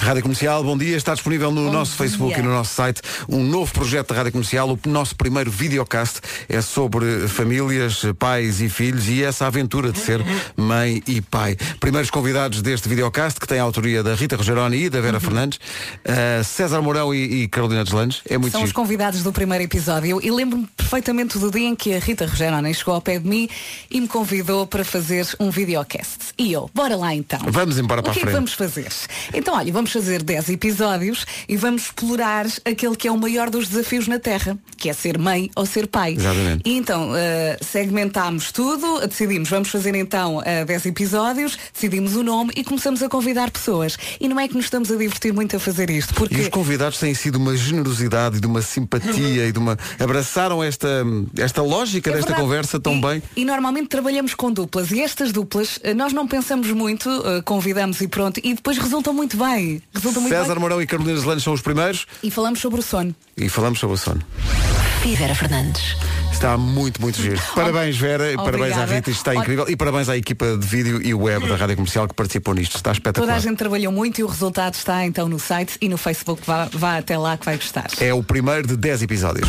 S1: Rádio Comercial, bom dia. Está disponível no nosso Facebook e no nosso site um novo projeto da Rádio Comercial. O nosso primeiro videocast é sobre famílias, pais e filhos e essa aventura de ser mãe e pai. Primeiros convidados deste videocast, que tem a autoria da Rita Rogeroni e da
S3: Uhum.
S1: Vera Fernandes, eh, César Mourão e, e Carolina Deslandes. É muito
S3: São os
S1: giro.
S3: convidados do primeiro episódio e lembro-me perfeitamente do dia em que a Rita Rogeroni chegou ao pé de mim e me convidou para fazer um videocast. E eu, bora lá então.
S1: Vamos embora para
S3: o que
S1: a
S3: é que
S1: frente.
S3: vamos fazer? Então, olha, vamos fazer 10 episódios e vamos explorar aquele que é o maior dos desafios na Terra, que que é ser mãe ou ser pai.
S1: Exatamente.
S3: E então eh, segmentámos tudo, decidimos, vamos fazer então eh, 10 episódios, decidimos o nome e começamos a convidar pessoas. E não é que nos estamos a divertir muito a fazer isto,
S1: E os
S3: porque
S1: convidados têm sido uma generosidade, e de uma simpatia e de uma. abraçaram esta, esta lógica
S3: Uhum. É
S1: desta
S3: verdade.
S1: conversa tão bem.
S3: E normalmente trabalhamos com duplas e estas duplas eh, nós não pensamos muito, eh, convidamos e pronto, e depois resultam muito bem. Resultam muito
S1: César
S3: bem.
S1: Mourão e Carolina Zelandes são os primeiros
S3: E falamos sobre o sono.
S1: e falamos sobre o sono.
S10: E Vera Fernandes.
S1: Está muito, muito giro. Parabéns, Vera, e parabéns à
S3: Obrigada.
S1: Rita, isto está
S3: Olha-
S1: incrível. E parabéns à equipa de vídeo e web da Rádio Comercial que participou nisto. Está
S3: Toda a
S1: espetacular.
S3: gente trabalhou muito e o resultado está então no site e no Facebook. Vá, vá até lá que vai gostar.
S1: É o primeiro de 10 episódios.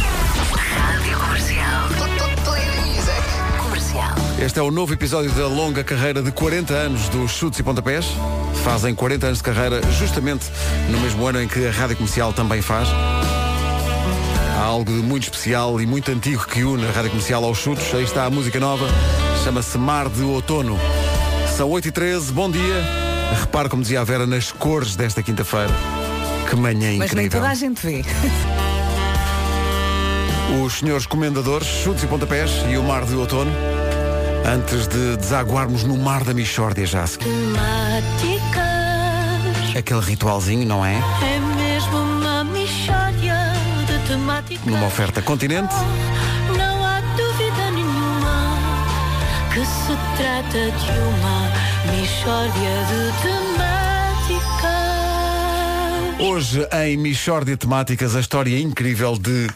S10: Comercial.
S1: Este é o novo episódio da longa carreira de 40 anos dos Chutes e Pontapés. Fazem 40 anos de carreira justamente no mesmo ano em que a Rádio Comercial também faz. Há algo de muito especial e muito antigo que une a Rádio Comercial aos Chutes. Aí está a música nova, chama-se Mar de Outono. São 8 e 13 bom dia. Repare, como dizia a Vera, nas cores desta quinta-feira. Que manhã É incrível.
S3: Mas nem toda a gente vê. (laughs)
S1: Os senhores comendadores, chutes e pontapés e o mar de outono. Antes de desaguarmos no mar da Michórdia já a seguir.
S6: Temáticas.
S1: Aquele ritualzinho, não é?
S6: É mesmo uma mistória de temáticas.
S1: Numa oferta continente.
S6: Não há dúvida nenhuma que se trata de uma mistória de temáticas.
S1: Hoje em Michórdia Temáticas a história incrível de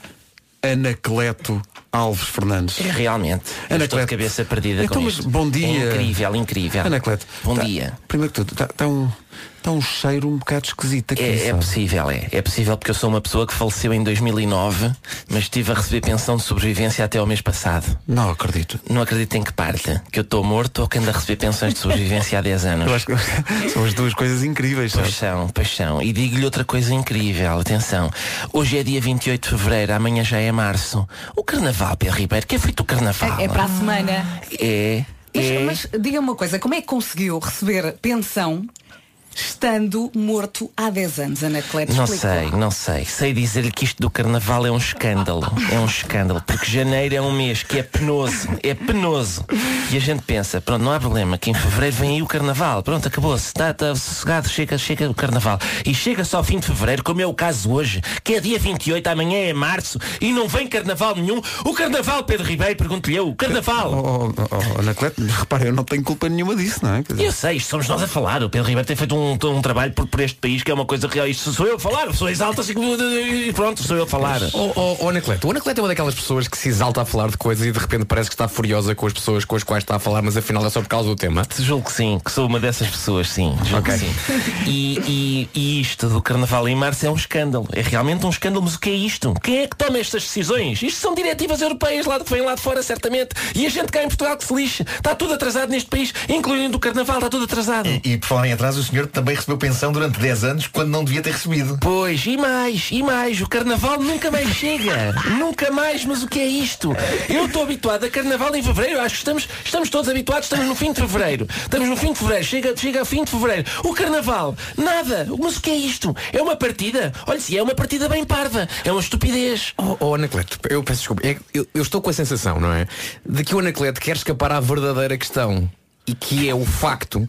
S1: Anacleto Alves Fernandes.
S13: É realmente. Eu estou de cabeça perdida
S1: Então,
S13: com
S1: mas
S13: isto.
S1: bom dia.
S13: É incrível, incrível.
S1: Anacleto.
S13: Bom
S1: tá-
S13: dia.
S1: Primeiro que tudo, está um, tá um cheiro um bocado esquisito aqui.
S13: É, é
S1: sabe?
S13: possível, é. É possível porque eu sou uma pessoa que faleceu em 2009, mas estive a receber pensão de sobrevivência até ao mês passado.
S1: Não acredito.
S13: Não acredito em que parte. Que eu estou morto ou que ando a receber pensões de sobrevivência há 10 anos.
S1: Eu acho que são as duas coisas incríveis. sabe?
S13: Paixão, paixão. E digo-lhe outra coisa incrível, atenção. Hoje é dia 28 de Fevereiro, amanhã já é Março. O Carnaval, Pedro Ribeiro, que é feito o Carnaval?
S3: É, é para a semana.
S13: É,
S3: Mas,
S13: é.
S3: mas diga-me uma coisa, como é que conseguiu receber pensão estando morto há 10 anos, Anacleto?
S13: Não
S3: Explica.
S13: sei, não sei. Sei dizer-lhe que isto do carnaval é um escândalo. É um escândalo. Porque janeiro é um mês que é penoso. É penoso. E a gente pensa, pronto, não há problema, que em fevereiro vem aí o carnaval. Pronto, acabou-se. Está tá, sossegado, chega, chega o carnaval. E chega só ao fim de fevereiro, como é o caso hoje, que é dia 28, amanhã é março, e não vem carnaval nenhum. O carnaval, Pedro Ribeiro, pergunto-lhe eu, o carnaval.
S1: Oh, oh, oh, Anacleto, repara, eu não tenho culpa nenhuma disso, não é? Quer dizer,
S13: Eu sei, isto somos nós a falar. O Pedro Ribeiro tem feito um, um trabalho por, por este país que é uma coisa real. Isto sou eu a falar, pessoas altas e e pronto, sou eu a falar.
S7: O, o, o Anacleto. O Anacleto é uma daquelas pessoas que se exalta a falar de coisas e de repente parece que está furiosa com as pessoas com as quais está a falar, mas afinal é só por causa do tema.
S13: Julgo que sim, que sou uma dessas pessoas, sim. Julgo que sim. E, e- e isto do carnaval em março é um escândalo. É realmente um escândalo, mas o que é isto? Quem é que toma estas decisões? Isto são diretivas europeias lá de, vêm lá de fora, certamente. E a gente cá em Portugal que se lixa. Está tudo atrasado neste país, incluindo o carnaval, está tudo atrasado.
S14: E por falar em atraso, o senhor também recebeu pensão durante 10 anos quando não devia ter recebido.
S13: Pois, e mais, e mais, o carnaval nunca mais
S14: (laughs)
S13: chega. nunca mais, mas o que é isto? Eu estou habituado a carnaval em fevereiro, acho que estamos, estamos todos habituados, estamos no fim de fevereiro. Estamos no fim de fevereiro, chega, chega ao fim de fevereiro. O carnaval, nada, mas o que é isto? É uma partida? Olha, se é uma partida bem parva, é uma estupidez.
S7: Oh, oh, Anacleto, eu peço desculpa. É que eu, eu estou com a sensação, não é? De que o Anacleto quer escapar à verdadeira questão e que é o facto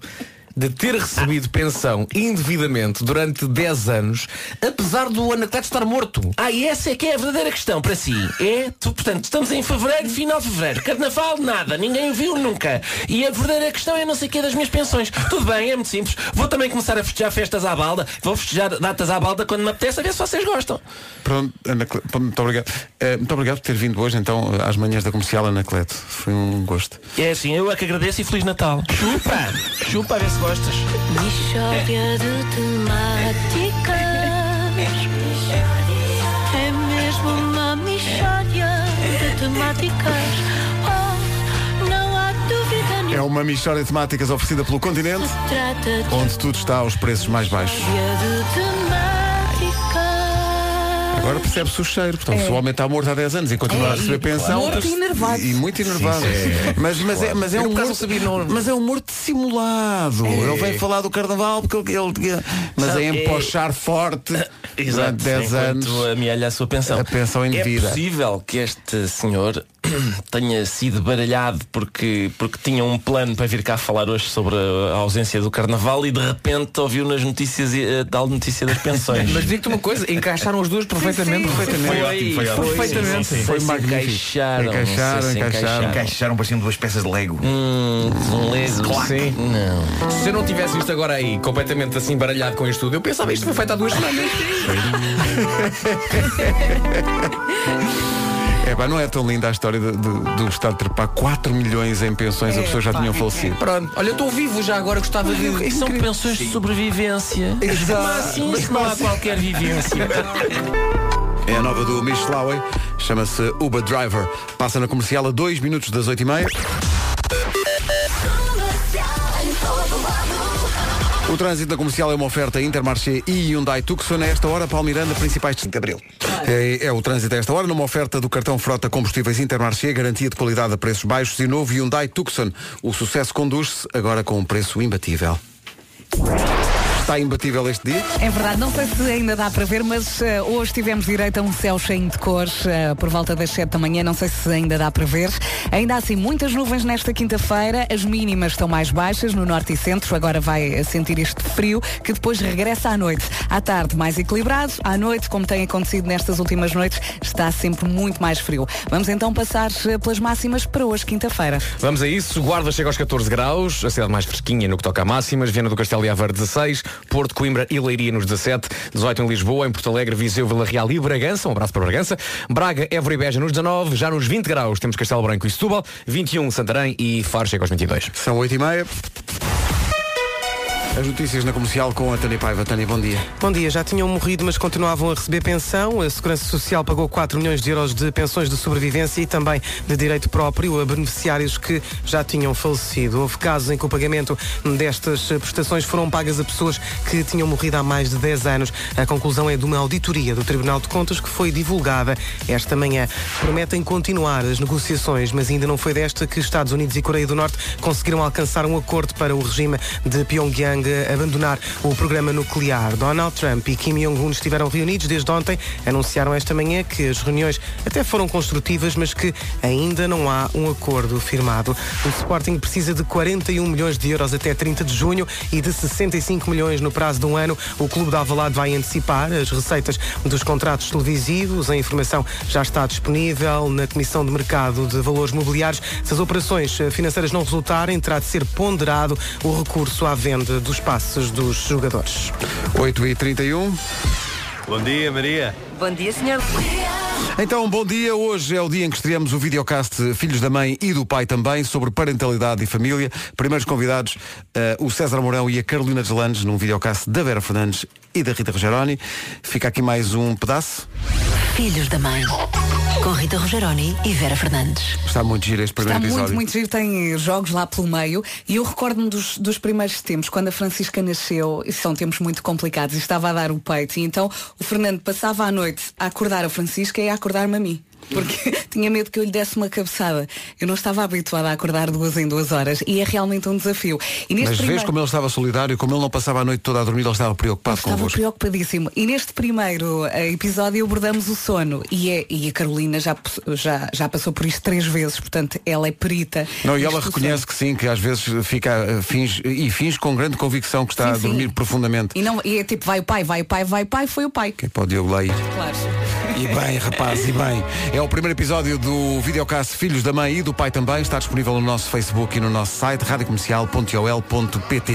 S7: de ter recebido pensão indevidamente durante 10 anos, apesar do Anacleto estar morto.
S13: Ah, e essa é que é a verdadeira questão para si. É, tu, portanto, estamos em fevereiro, final de fevereiro. Carnaval, nada, ninguém o viu nunca. E a verdadeira questão é não sei o que das minhas pensões. Tudo bem, é muito simples. Vou também começar a festejar festas à balda. Vou festejar datas à balda quando me apetece, a ver se vocês gostam.
S1: Pronto, Anacleto, muito obrigado. Eh, muito obrigado por ter vindo hoje, então, às manhãs da comercial, Anacleto. Foi um gosto.
S13: É assim, eu é que agradeço e Feliz Natal. Chupa! Chupa a ver se gostas.
S6: É Mistória de temáticas. É mesmo uma mistória de temáticas. Oh, não há dúvida
S1: É
S6: nenhuma.
S1: uma mistória de temáticas oferecida pelo continente,
S6: Trata de
S1: onde tudo está aos preços mais baixos.
S6: mistória de temáticas.
S1: Agora percebe-se o cheiro. Portanto,
S3: É.
S1: se o homem está morto há 10 anos e continua a receber
S3: e-
S1: pensão.
S3: Morto e enervado.
S1: E muito enervado.
S3: Sim, sim.
S1: Mas, mas é, mas é
S3: Eu,
S1: um
S3: por acaso,
S1: morto. Mas é um morto dissimulado.
S3: É.
S1: Ele vem falar do carnaval porque ele. ele- mas
S13: Sabe,
S1: é
S13: é-
S1: empochar (coughs) forte
S13: Exato,
S1: durante 10 anos.
S13: enquanto amealha a sua pensão.
S1: A pensão em
S13: é
S1: vida.
S13: possível que este senhor (clears throat) tenha sido baralhado porque, porque tinha um plano para vir cá falar hoje sobre a ausência do carnaval e de repente ouviu nas notícias eh, tal notícia das pensões.
S7: (laughs) Mas digo-te uma coisa, encaixaram os dois perfeitamente. perfeitamente.
S13: Foi ótimo, foi
S7: perfeitamente.
S13: ótimo. Foi
S7: Foi magnífico.
S13: Encaixaram, não sei se encaixaram.
S14: Encaixaram, pareciam duas peças de Lego.
S13: Hum, um lego.
S14: Clac.
S7: Sim.
S13: Não.
S7: Se eu não tivesse isto agora aí, completamente assim baralhado com isto tudo, eu pensava isto foi feito há
S13: (laughs)
S7: duas semanas.
S1: É, pá, não é tão linda a história do, do, do um Estado trepar 4 milhões em pensões, as pessoas já tinham falecido.
S7: Pronto, olha, eu estou vivo já agora, gostava de.
S13: São pensões de sobrevivência.
S1: Exato.
S13: Mas assim, isto não há qualquer vivência.
S1: É a nova do Miss Lowey, chama-se Uber Driver. Passa na comercial a 2 minutos das 8h30. O trânsito da comercial é uma oferta Intermarché e Hyundai Tucson. A esta hora, Palmiranda, principais de Abril. É, é o trânsito a esta hora, numa oferta do cartão Frota Combustíveis Intermarché, garantia de qualidade a preços baixos e novo Hyundai Tucson. O sucesso conduz-se agora com um preço imbatível. Está imbatível este dia?
S3: É verdade, não sei se ainda dá para ver, mas eh, hoje tivemos direito a um céu cheio de cores eh, por volta das 7 da manhã, não sei se ainda dá para ver. Ainda assim, muitas nuvens nesta quinta-feira, as mínimas estão mais baixas no norte e centro, agora vai eh, sentir este frio que depois regressa à noite. À tarde, mais equilibrado, à noite, como tem acontecido nestas últimas noites, está sempre muito mais frio. Vamos então passar eh, pelas máximas para hoje, quinta-feira.
S7: Vamos a isso. Guarda chega aos 14 graus, a cidade mais fresquinha no que toca a máximas. Viana do Castelo e Aveiro 16, Porto, Coimbra e Leiria nos 17, 18 em Lisboa, em Porto Alegre, Viseu, Vila Real e Bragança. Um abraço para Bragança. Braga, Évora e Beja nos 19, já nos 20 graus temos Castelo Branco e Setúbal, 21 Santarém e Faro chega aos 22.
S1: São 8h30. As notícias na comercial com a Tânia Paiva. Tânia, bom dia.
S5: Bom dia, já tinham morrido, mas continuavam a receber pensão. A Segurança Social pagou 4 milhões de euros de pensões de sobrevivência e também de direito próprio a beneficiários que já tinham falecido. Houve casos em que o pagamento destas prestações foram pagas a pessoas que tinham morrido há mais de 10 anos. A conclusão é de uma auditoria do Tribunal de Contas que foi divulgada esta manhã. Prometem continuar as negociações, mas ainda não foi desta que Estados Unidos e Coreia do Norte conseguiram alcançar um acordo para o regime de Pyongyang abandonar o programa nuclear. Donald Trump e Kim Jong-un estiveram reunidos desde ontem, anunciaram esta manhã que as reuniões até foram construtivas, mas que ainda não há um acordo firmado. O Sporting precisa de 41 milhões de euros até 30 de junho e de 65 milhões no prazo de um ano. O Clube da Alvalade vai antecipar as receitas dos contratos televisivos. A informação já está disponível na Comissão de Mercado de Valores Mobiliários. Se as operações eh, financeiras não resultarem, terá de ser ponderado o recurso à venda dos passes dos jogadores.
S1: 8h31.
S15: Bom dia, Maria.
S16: Bom dia, senhor.
S1: Então, bom dia. Hoje é o dia em que estreamos o videocast Filhos da Mãe e do Pai também, sobre parentalidade e família. Primeiros convidados, eh, o César Mourão e a Carolina Deslandes, num videocast da Vera Fernandes e da Rita Rogeroni. Fica aqui mais um pedaço.
S10: Filhos da Mãe. Com Rita Rogeroni e Vera Fernandes.
S1: Está muito giro este
S3: Está
S1: primeiro
S3: muito,
S1: episódio.
S3: muito giro, tem jogos lá pelo meio e eu recordo-me dos, dos primeiros tempos, quando a Francisca nasceu, e são tempos muito complicados, e estava a dar o peito, e então o Fernando passava a noite a acordar a Francisca e a acordar-me a mim. Porque (laughs) tinha medo que eu lhe desse uma cabeçada. Eu não estava habituada a acordar duas em duas horas e é realmente um desafio. E neste
S1: Mas vês
S3: primeiro-
S1: como é ele estava solidário, como ele não passava a noite toda a dormir, ele estava preocupado
S3: Estava
S1: convosco.
S3: preocupadíssimo. E neste primeiro eh, episódio abordamos o sono. E, é- e a Carolina já, pos- já, já passou por isto três vezes, portanto, ela é perita.
S1: Não, e
S3: neste
S1: ela
S3: assunto.
S1: reconhece que sim, que às vezes fica eh, finge, e finge com grande convicção que está
S3: Sim, sim.
S1: a dormir profundamente.
S3: E, não, e é tipo, vai o pai, vai o pai, vai o pai, foi o pai.
S1: Que é para o Diogo lá ir.
S3: Claro.
S1: E bem, rapaz, e bem. É o primeiro episódio do videocast Filhos da Mãe e do Pai também. Está disponível no nosso Facebook e no nosso site radiocomercial.ol.pt.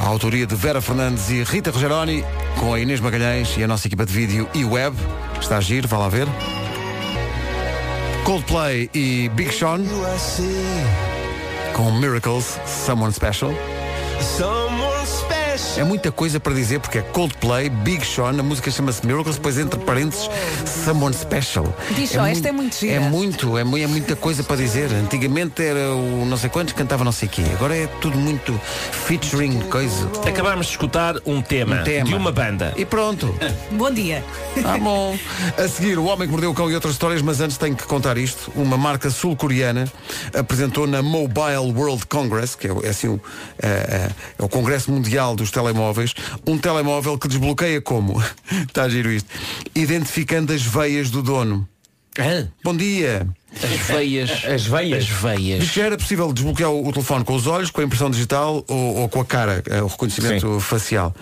S1: A autoria de Vera Fernandes e Rita Rogeroni, com a Inês Magalhães e a nossa equipa de vídeo e web. Está a giro, vá lá ver. Coldplay e Big Sean. Com Miracles, Someone Special.
S6: Someone special.
S1: É muita coisa para dizer porque é Coldplay, Big Sean, a música chama-se Miracles, depois entre parênteses, Someone Special.
S3: Diz só, esta é muito gira.
S1: É muito, é, mu- é muita coisa para dizer. Antigamente era o não sei quantos que cantava não sei quê. Agora é tudo muito featuring coisa.
S13: Acabámos de escutar um tema, de uma banda.
S1: E pronto.
S3: Bom dia.
S1: (laughs) Ah, bom. A seguir, o Homem que Mordeu o Cão e outras histórias, mas antes tenho que contar isto. Uma marca sul-coreana apresentou na Mobile World Congress, que é, o- é assim o, eh, eh, é o Congresso Mundial dos Telemóveis, um telemóvel que desbloqueia como? (laughs) Está giro isto. Identificando as veias do dono. Bom dia.
S13: As veias.
S7: As veias.
S13: As veias.
S1: Diz que era possível desbloquear o, o telefone com os olhos, com a impressão digital ou, ou com a cara, eh, o reconhecimento facial.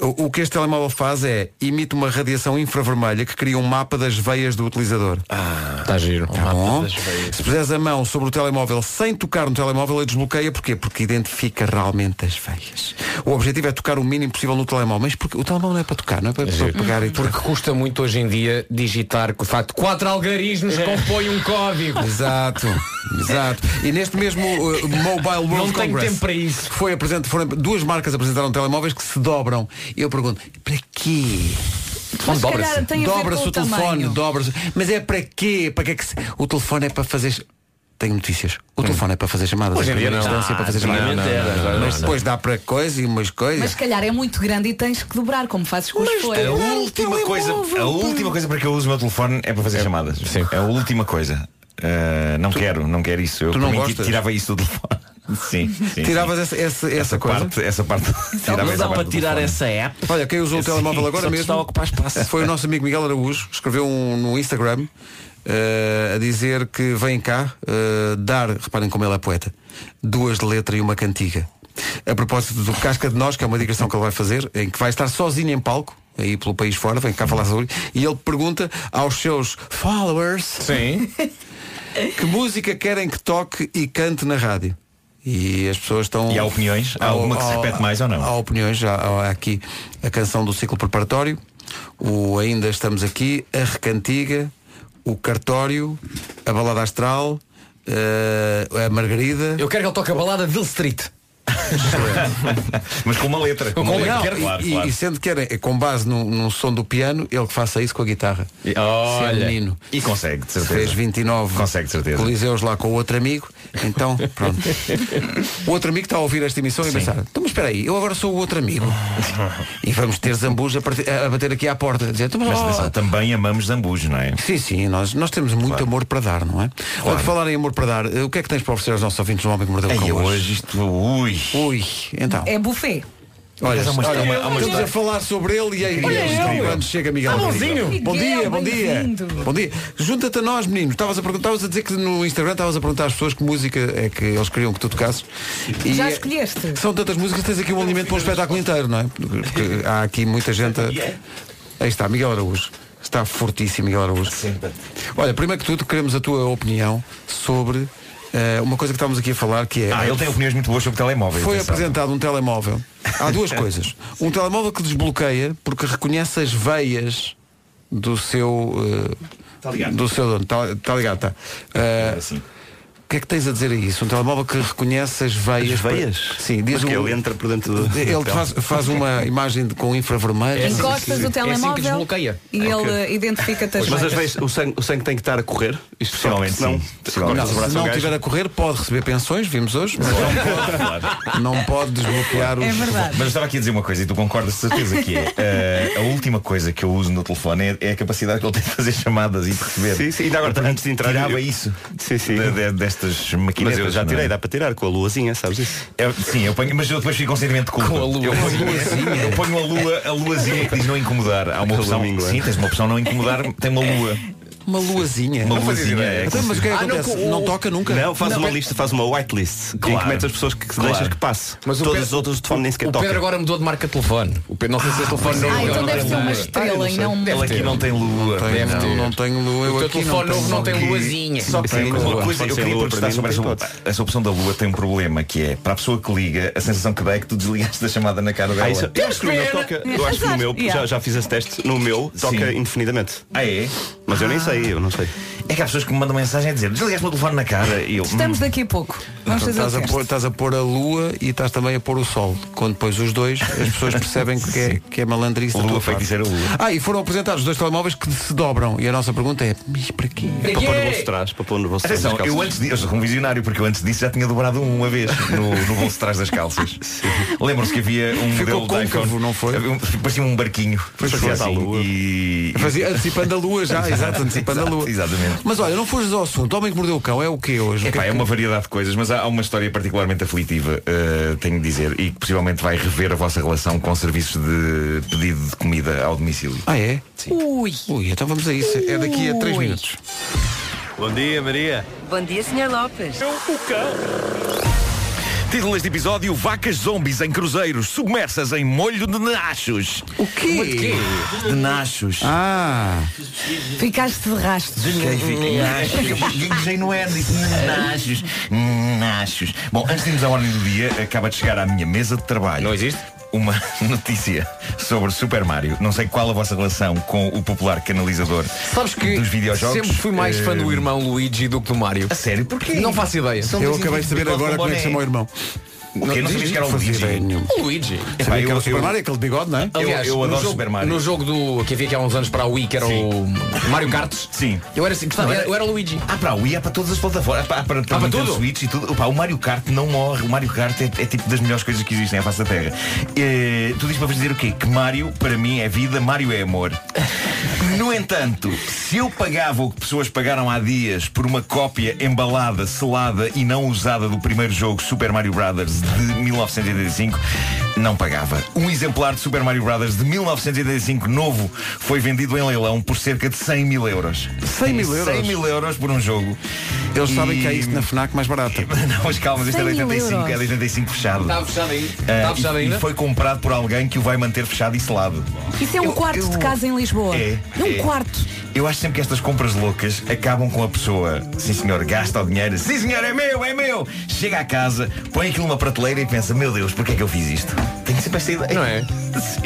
S1: O, o que este telemóvel faz é imita uma radiação infravermelha que cria um mapa das veias do utilizador. Tá
S7: Ah, está giro.
S1: bom. Se puseres a mão sobre o telemóvel sem tocar no telemóvel, ele desbloqueia. Porquê? Porque identifica realmente as veias. O objetivo é tocar o mínimo possível no telemóvel. Mas porque o telemóvel não é para tocar, não é para a pessoa pegar e
S7: Porque custa muito hoje em dia digitar que de facto quatro algarismos compõem um código.
S1: É. Exato, exato. E neste mesmo uh, Mobile World
S7: Não tenho
S1: Congress,
S7: tempo para isso.
S1: Foi apresentado, foram, duas marcas apresentaram telemóveis que se dobram. E eu pergunto, para quê?
S3: Mas se Dobra-se. calhar tem a ver
S1: Dobra-se
S3: com
S1: o
S3: o
S1: telefone,
S3: tamanho.
S1: dobra-se. Mas é para quê? Para que é que se... O telefone é para fazer. Tenho notícias. O
S3: Hum.
S1: telefone é para fazer chamadas.
S7: Hoje em
S1: em
S7: dia
S1: primeira
S7: não.
S1: instância, para fazer
S7: Ah,
S1: chamadas.
S7: antigamente era, agora
S1: Mas
S7: não.
S1: depois dá para coisa e umas
S3: Mas
S1: coisas.
S3: se calhar é muito grande e tens que dobrar, como fazes com os
S15: é A
S3: folhas.
S15: última, coisa, a última coisa para que eu uso o meu telefone é para fazer chamadas. Sim. É a última coisa. Ah, não quero, não quero isso. Eu
S1: tu
S15: para
S1: não
S15: mim, ti-
S1: gostas?
S15: tirava isso do
S1: (laughs)
S15: telefone. Sim. sim,
S1: Tiravas
S15: sim.
S1: essa, essa, essa coisa?
S15: parte, essa parte.
S7: (laughs)
S15: tirava
S13: Não
S15: essa
S13: dá
S15: parte
S13: para
S15: do
S13: tirar
S15: telefone.
S13: essa app.
S1: Olha, quem usou o
S13: É Sim,
S1: telemóvel
S13: só
S1: agora
S13: te
S1: mesmo
S13: está a ocupar espaço.
S1: foi o nosso amigo Miguel Araújo, que escreveu um- no Instagram eh, a dizer que vem cá eh, dar, reparem como ele é poeta, duas de letra e uma cantiga. A propósito do Casca de Nós, que é uma digressão que ele vai fazer, em que vai estar sozinho em palco, aí pelo país fora, vem cá falar sobre, e ele pergunta aos seus followers (laughs) que música querem que toque e cante na rádio. E as pessoas estão.
S15: E há opiniões? Há alguma que se repete mais ou não?
S1: Há opiniões, já há aqui a canção do ciclo preparatório, o Ainda Estamos Aqui, a Recantiga, o Cartório, a Balada Astral, eh, a Margarida.
S7: Eu quero que ele toque a balada Dill Street.
S15: (laughs) Mas com uma letra. Com uma letra.
S1: Não,
S15: Quero-
S1: e, e- e sendo que era é, com base num, num som do piano, ele que faça isso com a guitarra.
S15: E-
S1: Se é
S15: Olha.
S1: menino.
S15: E consegue, de certeza.
S1: Fez 29
S15: Consegue, de certeza.
S1: coliseus lá com outro amigo,
S15: (laughs)
S1: então pronto. o outro amigo está a ouvir esta emissão e a pensar, então mas espera aí, eu agora sou o
S15: (laughs)
S1: outro amigo. e vamos ter zambus a, parti- a bater aqui à porta. a Dizer, "Então,
S15: Mas
S1: ó,
S15: atenção, também amamos Zambujo, não é?
S1: Sim, sim, nós, nós temos muito amor para dar, não é? Olha, falar em amor para dar, eh, o que é que tens para oferecer aos nossos ouvintes no Homem que Mordeu o
S15: Ei,
S1: Cão hoje?
S15: hoje isto, ui.
S1: Ui, então.
S3: É buffet.
S1: Olha,
S15: Mas há uma
S1: olha,
S15: história- há uma
S1: estamos
S15: história.
S1: a falar sobre ele e aí
S15: Olha
S1: e
S15: eu.
S1: quando chega Miguel.
S15: Tá
S1: Rodrigues.
S15: bonzinho.
S1: Bom dia,
S3: Miguel,
S1: bom dia.
S3: bem-vindo.
S1: Bom dia. Junta-te a nós, menino. Estavas a perguntar, estavas a dizer que no Instagram estavas a perguntar às pessoas que música é que eles queriam que tu tocasses. E
S3: Já escolheste?
S1: São tantas músicas, tens aqui um alimento para um espetáculo inteiro, não é? Porque há aqui muita gente. a- Aí está, Miguel Araújo. Está fortíssimo, Miguel Araújo. Olha, primeiro que tudo, queremos a tua opinião sobre eh, uma coisa que estávamos aqui a falar, que é
S15: Ah, ele tem opiniões muito boas sobre telemóveis.
S1: foi
S15: atenção.
S1: apresentado um telemóvel.
S16: (laughs)
S1: Há duas coisas. Um telemóvel que desbloqueia porque reconhece as veias do seu. eh,
S15: Tá ligado.
S1: do seu dono. Está ligado, tá. Eh, O que é que tens a dizer a isso? Um telemóvel que reconhece as veias.
S16: As veias?
S1: Sim, diz
S16: Mas que
S1: o-
S16: ele entra por dentro do-
S1: Ele
S16: do
S1: faz,
S16: telemóvel. (laughs)
S1: faz uma imagem de- com infravermelho.
S3: É assim
S1: É
S3: Encostas
S1: assim
S3: o telemóvel e
S1: um
S16: Ah,
S3: ele
S16: ok.
S3: eh, identifica-te as
S16: Mas
S3: veias.
S16: às vezes o sangue, o sangue tem que estar a correr. Isto só porque
S15: Possivelmente
S16: senão.
S15: sim. Possivelmente.
S1: é
S16: cortas
S1: assim. Não,
S16: o braço
S1: se
S16: ao
S1: não
S16: gajo.
S1: estiver a correr, pode receber pensões, vimos hoje, mas
S16: (laughs)
S1: não pode, não pode
S15: (laughs)
S1: desbloquear
S15: É
S1: os.
S15: Mas eu estava aqui a dizer uma coisa e tu concordas de certeza que é eh, a última coisa que eu uso no telefone é, é a capacidade que ele tem de fazer chamadas e de receber.
S16: Sim, sim. Ainda agora,
S15: Portanto,
S16: antes de entrar,
S15: Tirava
S16: eu-
S15: isso
S16: Sim, Então, sim.
S15: de- de- destas maquinetas.
S16: Mas eu já
S15: não é?
S16: tirei, dá para tirar com a luazinha, sabes isso?
S15: Eu- É, sim, eu ponho, mas eu depois fico com um sentimento de culpa.
S7: Com a lua.
S15: Eu
S7: Com a
S15: ponho, eu ponho a lua, a luazinha que diz não incomodar. Há uma
S16: Aquele
S15: opção.
S16: domingo, é?
S15: Sim, tens uma opção não incomodar, tem uma lua.
S1: Uma luazinha.
S15: Uma
S16: Não
S15: luazinha.
S16: fazia
S15: é
S16: ideia.
S1: Então, mas o que é que
S7: Ah, não,
S1: acontece?
S7: o-
S1: não toca nunca?
S16: Não, faz uma lista, faz uma whitelist em
S7: Claro.
S16: que metes as pessoas que, que
S15: Claro.
S16: deixas que passe.
S7: Mas o
S16: Todas
S7: Pedro-
S16: as outras o telefone nem sequer
S7: O Pedro
S16: toca.
S7: agora mudou de marca de telefone. O Pedro não sei se é telefone novo.
S3: Ah,
S7: agora
S3: então
S7: não
S3: deve
S7: tem
S3: ser uma
S7: lua.
S3: estrela e não um
S15: Ele aqui não tem lua.
S1: Tenho,
S7: Deve ter.
S1: não tenho lua. eu
S7: O teu
S1: aqui
S7: telefone
S1: não
S7: novo não tem
S15: É,
S7: luazinha.
S1: Só que
S15: Tem uma
S1: lua.
S15: coisa, eu
S16: Sem
S15: queria
S16: lua, para
S15: protestar
S16: mim,
S15: sobre essa,
S16: não tem
S15: é essa opção da lua tem um problema que é para a pessoa que liga a sensação que dá é que tu desligaste a chamada na cara dela.
S16: Ah, isso, eu acho que no meu
S3: Espera.
S16: toca. Eu acho que no meu,
S3: Yeah.
S16: já, já fiz esse teste, no meu toca
S15: Sim.
S16: indefinidamente.
S15: Ah, é?
S16: Mas eu nem sei, eu não sei.
S15: É que há pessoas que me mandam mensagem a dizer desligaste o meu telefone na cara e eu. hum.
S3: Estamos daqui a pouco. Vamos
S15: Então,
S3: fazer o
S1: Estás a,
S3: teste.
S1: pôr, estás a pôr a lua e estás também a pôr o sol. Quando pões os dois, as pessoas percebem que é, que é malandrice. da
S15: Lua
S1: tua
S15: feiticeira
S1: parte.
S15: lua.
S1: Ah, e foram apresentados dois telemóveis que se dobram. E a nossa pergunta é, mas para quê?
S15: Para pôr no bolso de
S16: trás, para pôr no bolso de trás
S15: É. Atenção,
S16: das
S15: eu
S16: calças.
S15: antes disso, eu sou um visionário, porque eu antes disso já tinha dobrado um uma vez no, no bolso de trás das
S16: (laughs)
S15: calças. Lembro-se que havia um modelo
S1: Ficou
S15: de
S1: côncavo,
S15: iPhone.
S1: não foi?
S15: havia um- Parecia um barquinho.
S1: Pois
S15: Parecia
S1: foi.
S15: assim, e, e- (laughs)
S1: Fazia- antecipando a lua já, exato, antecipando a lua.
S15: Exato, Exatamente.
S1: Mas olha, não fujas ao assunto. Homem que mordeu o cão é o quê hoje? O que
S15: Epá,
S1: que-
S15: é uma variedade de coisas, mas há há uma história particularmente aflitiva, eh, tenho de dizer, e que possivelmente vai rever a vossa relação com serviços de pedido de comida ao domicílio.
S1: Ah, é? Ui. Ui, então vamos a isso. É daqui a três
S15: Ui.
S1: minutos.
S16: Bom dia, Maria.
S17: Bom dia, Sr. Lopes.
S7: É
S17: Eu, o cão.
S15: Título deste episódio, vacas zombies em cruzeiros, submersas em molho de nachos.
S1: O quê?
S15: De, nachos.
S1: Ah.
S3: Ficaste de rastro.
S1: (laughs)
S15: Gaguejei no N, disse é nachos. Hum, Nachos. Bom, antes de irmos à ordem do dia, acaba de chegar à minha mesa de trabalho. Não existe? Uma (laughs) notícia sobre Super Mario. Não sei qual a vossa relação com o popular canalizador
S7: Sabes que
S15: dos videojogos.
S7: sempre fui mais fã do
S15: Eh,
S7: irmão Luigi do que do Mário.
S15: A sério? Porquê?
S7: Não faço ideia.
S15: São dois indivíduos com
S1: é
S15: boné.
S1: irmão.
S15: O quê? Não sabias que era o
S7: um
S15: Luigi?
S7: O Luigi.
S15: Epá, Sabia que eu- era o Super eu- Mario,
S1: aquele bigode, não é?
S7: Aliás,
S15: Eu- eu
S7: no
S15: adoro
S7: jogo,
S15: Super Mario.
S7: No jogo do, que havia aqui há uns anos para a Wii, que era o Mario Kart.
S15: Sim.
S7: Eu era assim, gostava,
S15: Não, era-
S7: eu era o Luigi.
S15: Ah, para a Wii, é para todas as plataformas. Para, para, para,
S7: Ah, para
S15: Nintendo
S7: tudo?
S15: Switch e tudo. Opa, o Mario Kart não morre. O Mario Kart é, é tipo das melhores coisas que existem à face da Terra. Eh, tudo isto para vos dizer o quê? Que Mario, para mim, é vida, Mario é
S1: (laughs)
S15: amor. No entanto, se eu pagava o que pessoas pagaram há dias por uma cópia embalada, selada e não usada do primeiro jogo Super Mario Brothers de 1985, não pagava. Um exemplar de Super Mario Brothers de 1985 novo foi vendido em leilão por cerca de 100 mil euros.
S1: 100 mil euros?
S15: 100 mil euros por um jogo.
S1: Eles
S15: E-
S1: sabem que há isso na FNAC mais barata.
S15: (laughs) Não, mas calma, isto é de
S1: 100 mil
S15: 85, é
S1: euros.
S15: de 85 fechado.
S7: Tá
S1: Está fechado aí.
S15: Ah,
S1: Está
S15: e-
S1: Tá- fechado
S15: e,
S1: ainda?
S15: foi comprado por alguém que o vai manter fechado e selado.
S3: (laughs) Isso é um quarto de casa em Lisboa.
S15: É,
S3: um
S15: é.
S3: quarto.
S15: Eu acho sempre que estas compras loucas acabam com a pessoa. Sim senhor, gasta o dinheiro. Sim senhor, é meu, é meu. Chega à casa, põe aquilo numa prateleira e pensa, meu Deus, porquê é que eu fiz isto? Tenho sempre esta ideia. Não é? (laughs) Sim,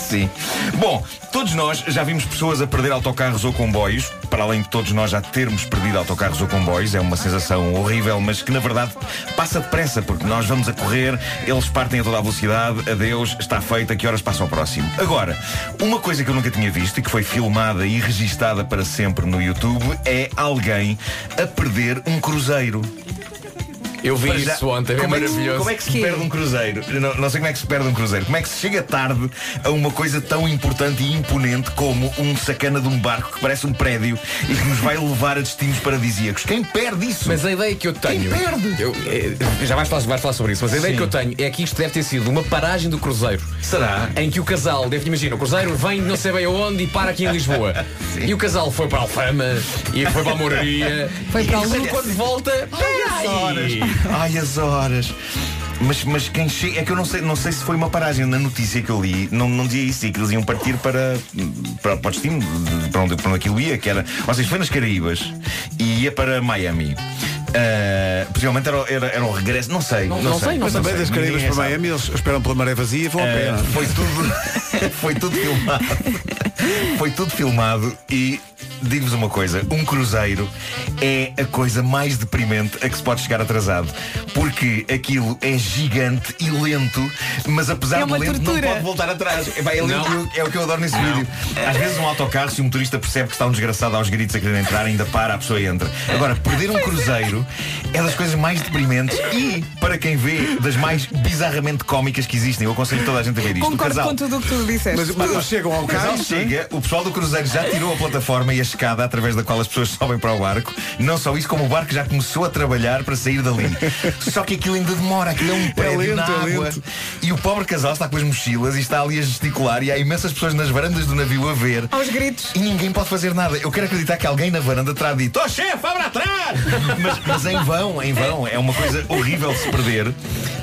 S15: sim. Bom, todos nós já vimos pessoas a perder autocarros ou comboios, para além de todos nós já termos perdido autocarros ou comboios, é uma sensação horrível, mas que na verdade passa depressa, porque nós vamos a correr, eles partem a toda a velocidade, adeus, está feito, a que horas passa ao próximo. Agora, uma coisa que eu nunca tinha visto e que foi filmada e registada para sempre no YouTube é alguém a perder um cruzeiro.
S7: Eu vi
S15: Para já-
S7: isso ontem, é
S15: como que se-
S7: maravilhoso.
S15: como é que se perde um cruzeiro? Eu Não, não sei como é que se perde um cruzeiro. Como é que se chega tarde a uma coisa tão importante e imponente como um sacana de um barco que parece um prédio e que nos vai levar a destinos paradisíacos? Quem perde isso?
S7: Mas a ideia que eu tenho. Eu, eh, já vais falar, vais falar sobre isso, mas a ideia
S15: Sim.
S7: que eu tenho é que isto deve ter sido uma paragem do Cruzeiro.
S15: Será?
S7: Em que o casal, deve imagina, o Cruzeiro vem de não sei bem aonde e para aqui em Lisboa.
S15: (laughs)
S7: e o casal foi para a Alfama, e foi para a Moraria,
S15: Foi para
S7: e
S15: a
S7: de repente,
S15: Luz.
S7: quando volta.
S15: Ai, as horas. (laughs) Ai, as horas. Mas, mas quem chega. É que eu não sei, não sei se foi uma paragem na notícia que eu li. Não, não dizia isso. E que eles iam partir para, para, para o destino, de- para onde, para onde aquilo ia, que era. Ou seja, foi nas Caraíbas e ia para Miami. Ah, possivelmente era, o- era, era o regresso. Não sei. Não, sei,
S1: Mas também das
S15: Ninguém é
S1: Caraíbas para
S15: sabe.
S1: Miami, eles esperam pela maré vazia e vão a pé.
S15: Eh,
S1: não é?
S15: foi (laughs) tudo foi tudo filmado foi tudo filmado e digo-vos uma coisa um cruzeiro é a coisa mais deprimente a que se pode chegar atrasado porque aquilo é gigante e lento mas apesar
S16: É
S15: de
S16: uma
S15: lento
S16: tortura.
S15: não pode voltar atrás é, bem, é, lento,
S16: Não.
S15: é o que eu adoro nesse vídeo às vezes um autocarro se um motorista percebe que está um desgraçado aos gritos a querer entrar ainda para a pessoa entra agora perder um cruzeiro é das coisas mais deprimentes e para quem vê das mais bizarramente cómicas que existem eu aconselho toda a gente a ver isto o
S3: Concordo
S15: casal
S3: com tudo o que tu disseste.
S15: o casal chega, o pessoal do cruzeiro já tirou a plataforma e a escada através da qual as pessoas (laughs) sobem para o barco. Não só isso, como o barco já começou a trabalhar para sair dali. Só que aquilo ainda demora, aquilo é um prédio
S1: lento,
S15: na
S1: é
S15: água.
S1: lento.
S15: e o pobre casal está com as mochilas e está ali a gesticular e há imensas pessoas nas varandas do navio a ver.
S3: Aos gritos.
S15: E ninguém pode fazer nada. Eu quero acreditar que alguém na varanda terá dito, oh chefe, abra atrás! mas, mas em vão, em vão. É uma coisa horrível de se perder.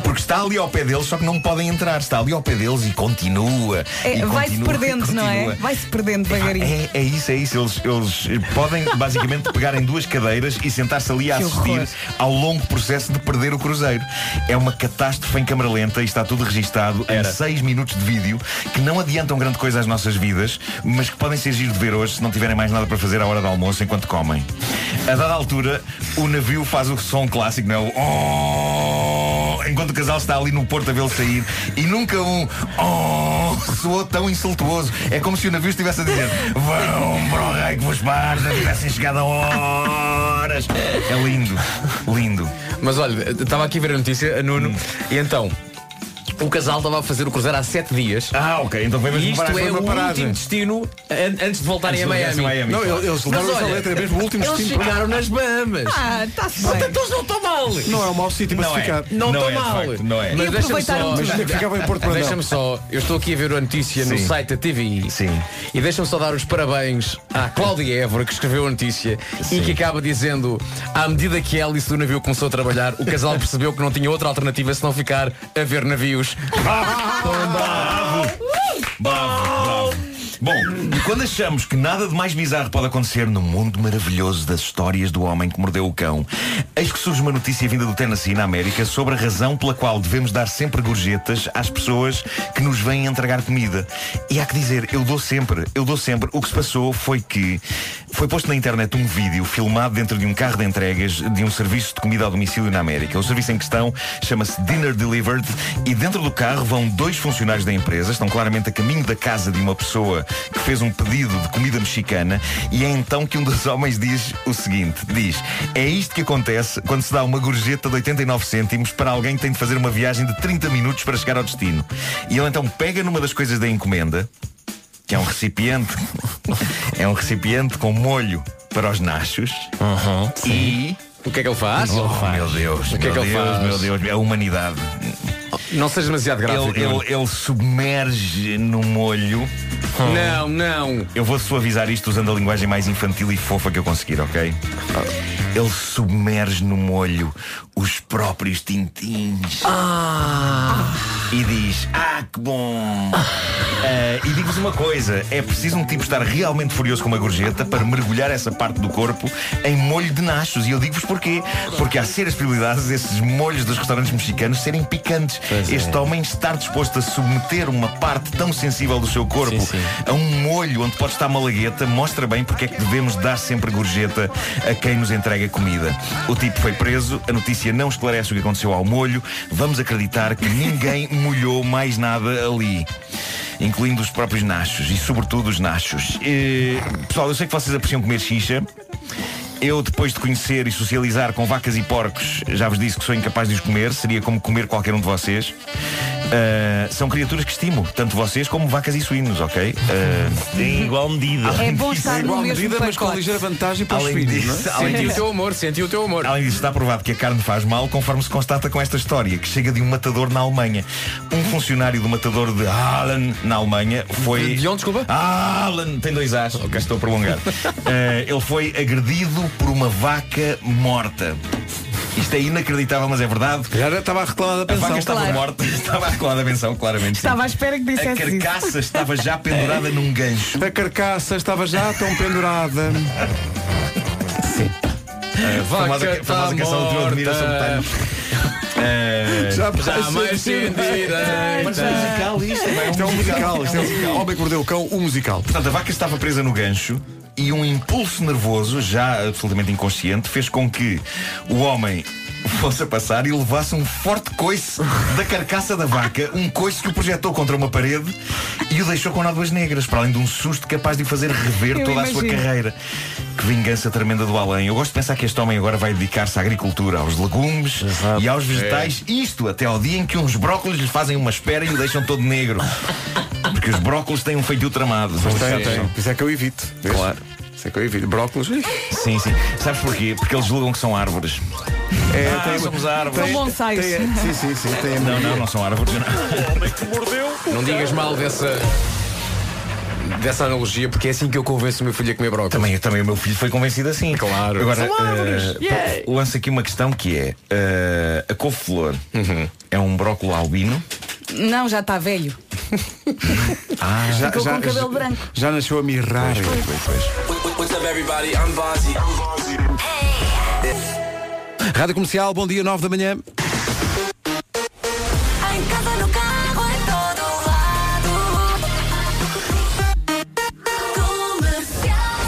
S15: Porque está ali ao pé deles, só que não podem entrar. Está ali ao pé deles e continua.
S3: É,
S15: e
S3: Vai-se
S15: continua, e
S3: perdendo, não é?
S15: continua.
S3: Vai-se perdendo devagarinho.
S15: É, é isso, é isso. Eles, eles podem basicamente pegar em duas cadeiras e sentar-se ali a
S3: Que
S15: assistir
S3: horror.
S15: ao longo processo de perder o cruzeiro. É uma catástrofe em câmara lenta e está tudo registado em 6 minutos de vídeo que não adiantam grande coisa às nossas vidas, mas que podem ser giro de ver hoje se não tiverem mais nada para fazer à hora do almoço enquanto comem. A dada altura, o navio faz o som clássico, não é? O "Oh", enquanto o casal está ali no porto a vê-lo sair e nunca um "Oh" soou tão insultuoso. É como se o navio estivesse a dizer vão para o rei que vos parta, tivessem chegado a horas. É lindo, lindo.
S7: Mas olha, estava aqui a ver a notícia, Nuno, e então. O casal estava a fazer o cruzeiro há sete dias.
S15: Ah, ok. Então foi mesmo
S7: E isto
S15: parar-
S7: é
S15: foi
S7: o
S15: uma paragem.
S7: último destino an- antes
S15: Antes
S7: de voltarem
S15: de
S7: a
S15: voltarem
S7: Miami.
S15: a Miami, Não, claro. eles levaram
S7: Mas
S15: essa
S7: olha,
S15: letra, é mesmo o último
S7: Eles
S15: destino.
S7: ficaram nas Bahamas.
S3: Ah, está-se bem.
S7: Portanto, eles não estão mal.
S5: Não é um mau sítio para
S7: Não
S5: se
S7: é.
S5: ficar.
S7: Não
S5: Não
S7: está
S5: é, de
S7: mal.
S5: facto, não é. E
S7: Mas deixa-me
S5: aproveitaram
S7: só.
S5: tudo. Imagina que ficava em Porto Brandão.
S7: Deixa-me só. Eu estou aqui a ver a notícia no
S5: Sim.
S7: site da TVI. Sim. E deixa-me só dar os parabéns à Cláudia Évora, que escreveu a notícia e que acaba dizendo: à medida que a hélice do navio começou a trabalhar, o casal percebeu que não tinha outra alternativa senão ficar a ver navios.
S15: Bravo, bravo. Bom, e quando achamos que nada de mais bizarro pode acontecer no mundo maravilhoso das histórias do homem que mordeu o cão, eis que surge uma notícia vinda do Tennessee, na América, sobre a razão pela qual devemos dar sempre gorjetas às pessoas que nos vêm entregar comida. E há que dizer, eu dou sempre, eu dou sempre. O que se passou foi que foi posto na internet um vídeo filmado dentro de um carro de entregas de um serviço de comida ao domicílio na América. O serviço em questão chama-se Dinner Delivered e dentro do carro vão dois funcionários da empresa, estão claramente a caminho da casa de uma pessoa que fez um pedido de comida mexicana e é então que um dos homens diz o seguinte, diz, é isto que acontece quando se dá uma gorjeta de 89 cêntimos para alguém que tem de fazer uma viagem de 30 minutos para chegar ao destino. E ele então pega numa das coisas da encomenda, que é um recipiente, (laughs) é um recipiente com molho para os nachos e...
S7: Uhum. O que é que ele faz?
S15: Oh, meu Deus,
S7: O que é que
S15: meu
S7: ele
S15: Deus,
S7: faz?
S15: meu Deus, a humanidade.
S7: Não seja demasiado gráfico.
S15: Ele,
S7: Nuno.
S15: ele, ele submerge no molho.
S7: Hum. Não, não.
S15: Eu vou suavizar isto usando a linguagem mais infantil e fofa que eu conseguir, ok? Ele submerge no molho os próprios tintins. E diz, ah, que bom! Ah, e digo-vos uma coisa, é preciso um tipo estar realmente furioso com uma gorjeta para mergulhar essa parte do corpo em molho de nachos. E eu digo-vos porquê. Porque há sérias probabilidades desses molhos dos restaurantes mexicanos serem picantes.
S7: é.
S15: este homem estar disposto a submeter uma parte tão sensível do seu corpo a um molho onde pode estar malagueta mostra bem porque é que devemos dar sempre gorjeta a quem nos entrega comida. O tipo foi preso, a notícia não esclarece o que aconteceu ao molho. Vamos acreditar que ninguém (laughs) molhou mais nada ali. Incluindo os próprios nachos e sobretudo os nachos. Eh, pessoal, eu sei que vocês apreciam comer xixa. Eu, depois de conhecer e socializar com vacas e porcos, já vos disse que sou incapaz de os comer, seria como comer qualquer um de vocês. Ah, são criaturas que estimo, tanto vocês como vacas e suínos, ok? Ah, em igual medida.
S3: É bom estar
S15: Em
S3: no mesmo pacote.
S15: vantagem
S7: para os
S15: além
S7: filhos,
S15: Disso,
S7: não é?
S15: além
S7: Senti o
S15: disso,
S7: teu amor, senti o teu amor.
S15: Além disso, está provado que a carne faz mal, conforme se constata com esta história, que chega de um matador na Alemanha. Um funcionário do matador de Aalen, na Alemanha, foi. De onde, desculpa? Aalen, tem dois As, que estou a prolongar. Eh, ele foi agredido por uma vaca morta. Isto é inacreditável, mas é verdade. Já estava a reclamar da
S3: pensão.
S15: A vaca estava
S3: Claro.
S15: morta, (laughs) estava a reclamar da pensão, claramente. sim.
S3: Estava à espera que
S15: A
S3: dissesse isso.
S15: carcaça estava já pendurada num gancho.
S1: A carcaça estava já
S15: (laughs)
S1: tão pendurada.
S15: Eh,
S1: Vaca
S15: famosa, famosa
S1: tá
S15: canção do teu admiração
S1: morta. (laughs)
S15: botânico. Eh,
S1: Já mais
S15: Mas é musical isto, não
S1: Isto é um musical. Isto é um musical. Homem que mordeu o cão, o musical.
S15: Portanto, a vaca estava presa no gancho e um impulso nervoso, já absolutamente inconsciente, fez com que o homem fosse a passar e levasse um forte coice da carcaça da vaca, um coice que o projetou contra uma parede e o deixou com nódoas negras, para além de um susto capaz de o fazer rever
S16: Eu
S15: toda a sua
S16: imagino.
S15: carreira. Que vingança tremenda do além. Eu gosto de pensar que este homem agora vai dedicar-se à agricultura, aos legumes e aos vegetais.
S1: É.
S15: Isto até ao dia em que uns brócolis lhe fazem uma espera e o deixam todo negro. Porque os brócolis têm um feitio tramado.
S1: Pois tem,
S15: Sabe?
S1: tem. Por isso é que eu evito. vês?
S15: Claro.
S1: Por Isso é que eu evito. Brócolis.
S15: Sim, sim. Sabes porquê? Porque eles julgam que são árvores.
S1: É,
S15: ah,
S1: tem-
S15: somos árvores.
S1: tem- São bonsais. tem- sim, sim, sim, tem a
S15: não,
S1: mania.
S15: não, não são árvores. Não.
S7: Não digas mal dessa. Dessa analogia, porque é assim que eu convenço o meu filho a comer brócolis.
S15: Também, também o meu filho foi convencido assim.
S7: Claro.
S15: Agora,
S7: São árvores.
S15: eh, pô, lanço aqui uma questão que é eh, a couve-flor
S1: Uhum.
S15: é um brócolis albino.
S3: Não, já está
S1: (laughs)
S3: velho.
S15: Ah,
S3: Ficou com o cabelo branco.
S1: já nasceu a mirrar.
S18: What's up, everybody? I'm Bonzi. I'm Bonzi.
S1: Rádio Comercial, bom dia, 9 da manhã.
S6: Em casa, no carro, em todo lado. Comercial.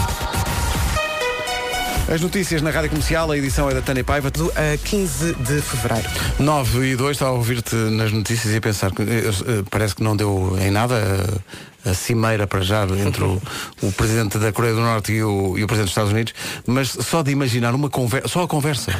S1: As notícias na Rádio Comercial, a edição é da Tânia Paiva.
S5: Do, a 15 de fevereiro.
S1: 9 e 2, estava a ouvir-te nas notícias e a pensar que eh, eh, parece que não deu em nada eh, a cimeira para já entre o, o presidente da Coreia do Norte e o, e o presidente dos Estados Unidos, mas só de imaginar uma conversa, só
S15: (laughs)
S1: a conversa.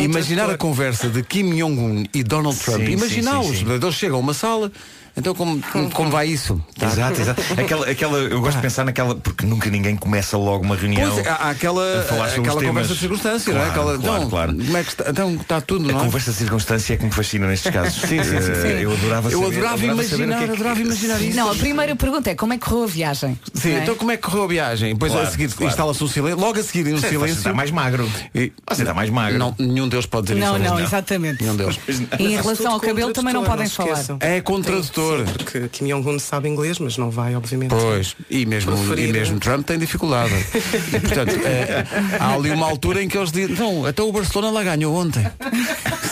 S1: imaginar a conversa de Kim Jong-un e Donald Trump,
S15: sim,
S1: imaginá-los.
S15: sim, sim.
S1: Portanto, Eles chegam a uma sala, então como, como, como vai isso? Tá? Ah.
S15: Exato, exato. Aquela, aquela, eu gosto de pensar naquela, porque nunca ninguém começa logo uma reunião.
S1: Pois, há- há aquela,
S15: a falar sobre
S1: aquela
S15: os temas.
S1: conversa de circunstância,
S15: claro,
S1: não é? Aquela,
S15: claro,
S1: então,
S15: claro.
S1: Como é que está, então, está tudo,
S15: A
S1: não é?
S15: conversa de circunstância é que me fascina nestes casos.
S1: Sim, sim, sim, sim.
S15: Eh, Eu adorava
S1: Eu
S15: saber, saber
S1: adorava
S15: o que é
S1: imaginar,
S15: que-
S1: adorava imaginar isso.
S3: Não, a primeira pergunta é como é que correu a viagem?
S1: Sim,
S3: Não é?
S1: então como é que correu a viagem? Depois
S15: Claro,
S1: a seguir
S15: claro.
S1: instala-se um silêncio. Logo a seguir um
S15: Sim,
S1: silêncio.
S15: você está mais magro.
S1: E...
S15: Você está mais magro.
S1: Não, nenhum deles pode dizer
S3: Não,
S1: isso.
S3: não, exatamente.
S1: Nenhum deles.
S3: E em relação ao cabelo também não podem falar.
S1: É contradutor.
S5: Porque Kim Jong-un sabe inglês, mas não vai, obviamente.
S1: Pois, e mesmo,
S5: Preferir,
S1: e mesmo Trump tem dificuldade. E, portanto, eh, há ali uma altura em que eles dizem, não, até o Barcelona lá ganhou ontem.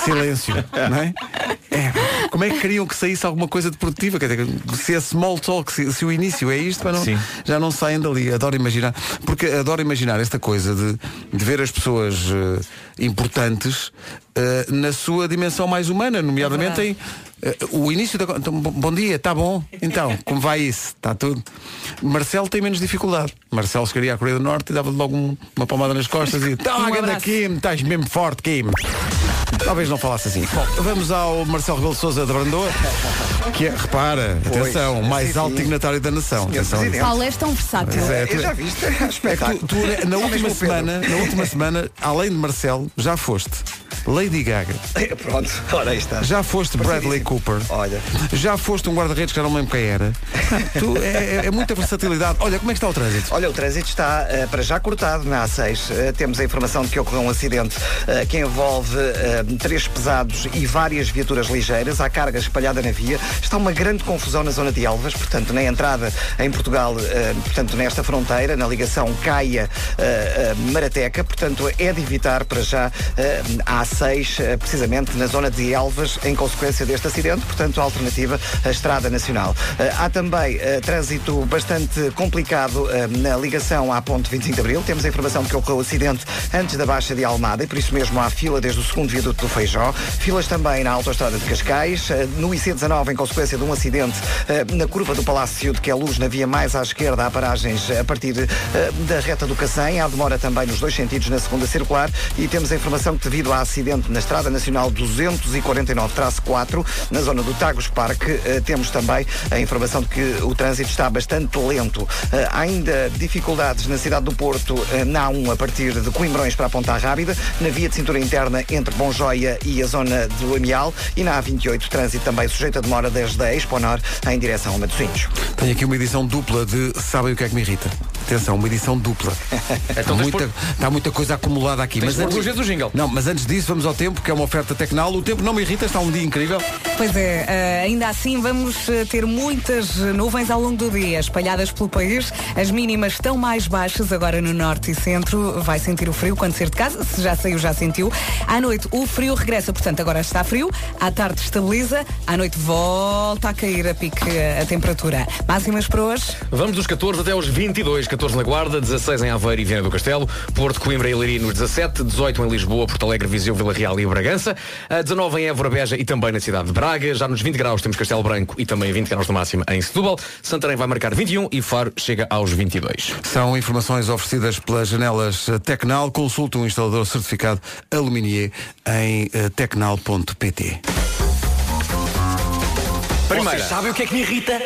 S1: Silêncio, não é? É, Como é que queriam que saísse alguma coisa de produtiva? Quer dizer, se é small talk, se, se o início é isto, mas não,
S15: Sim.
S1: já não saem dali. Adoro imaginar. Porque adoro imaginar esta coisa de, de ver as pessoas eh, importantes eh, na sua dimensão mais humana, nomeadamente em eh, o início da. co- Então, bom- bom dia, está bom? Então, como vai isso? Está tudo. Marcelo tem menos dificuldade. Marcelo chegaria à Coreia do Norte e dava logo um- uma palmada nas costas e. Tá,
S15: Um
S1: grande
S15: abraço.
S1: Kim, estás mesmo forte, Kim. Talvez não falasse assim. Bom, vamos ao Marcelo Rebelo de Souza da Brandoa, que é, repara, atenção, o mais alto dignatário da nação. Atenção.
S3: Paulo, és tão versátil.
S1: Pois é, tu- Eu já vi
S4: viste?
S1: É que tu- tu, na- na, última semana, na última semana, além de Marcelo, já foste Lady Gaga.
S4: Pronto, ora aí está.
S1: Já foste Bradley Cooper.
S4: Olha.
S1: Já foste um guarda-redes que já não me lembro quem era. tu, é, é- é muita versatilidade. Olha, como é que está o trânsito?
S4: Olha, o trânsito está eh, para já cortado na A6. Eh, temos a informação de que ocorreu um acidente eh, que envolve eh, três pesados e várias viaturas ligeiras. Há carga espalhada na via. Está uma grande confusão na zona de Elvas, portanto, na entrada em Portugal, eh, portanto, nesta fronteira, na ligação Caia-Marateca. portanto, é de evitar para já eh, a A6, eh, precisamente na zona de Elvas, em consequência deste acidente. Portanto, a alternativa, a Estrada Nacional. Eh, há também eh, trânsito bastante complicado eh, na ligação à Ponte 25 de Abril. Temos a informação de que ocorreu o acidente antes da Baixa de Almada e por isso mesmo há fila desde o segundo viaduto do Feijó. Filas também na Autostrada de Cascais. eh, No IC19, em consequência de um acidente eh, na curva do Palácio de Queluz, na via mais à esquerda, há paragens a partir eh, da reta do Cacém. Há demora também nos dois sentidos na segunda circular e temos a informação que devido a acidente na Estrada Nacional 249-4, na zona do Tagus Parque, eh, temos também a informação de que o trânsito está bastante lento. Eh, Há ainda dificuldades na cidade do Porto, eh, na A1, a partir de Coimbrões para a Ponta Rábida, na via de cintura interna entre Bonjoia e a zona do Amial e na A28, trânsito também sujeito a demora desde a Exponor em direção a Matosinhos.
S1: Tenho aqui uma edição dupla de Sabem o que é que me irrita. Atenção, uma edição dupla. Está muita, está muita coisa acumulada aqui.
S7: Então
S1: Mas
S7: Tens de pôr
S1: antes,
S7: duas vezes o jingle.
S1: não, mas antes disso, vamos ao tempo, que é uma oferta tecnal. O tempo não me irrita, está um dia incrível.
S3: Pois é, eh, ainda assim vamos eh, ter muitas eh, nuvens ao longo do dia, espalhadas pelo país. As mínimas estão mais baixas agora no norte e centro. Vai sentir o frio quando sair de casa. Se já saiu, já sentiu. À noite o frio regressa, portanto agora está frio. À tarde estabiliza. À noite volta a cair a pique eh, a temperatura. Máximas para hoje?
S7: Vamos dos 14 até aos 22. 14 na Guarda, 16 em Aveiro e Viana do Castelo, Porto, Coimbra e Leiria nos 17, 18 em Lisboa, Porto Alegre, Viseu, Vila Real e Bragança, a 19 em Évora, Beja e também na cidade de Braga. Já nos 20 graus temos Castelo Branco e também 20 graus de máxima em Setúbal. Santarém vai marcar 21 e Faro chega aos 22.
S1: São informações oferecidas pelas janelas eh, Tecnal. Consulte um instalador certificado Aluminier em eh, tecnal.pt.
S7: Primeira.
S18: Vocês sabem o que é que me irrita?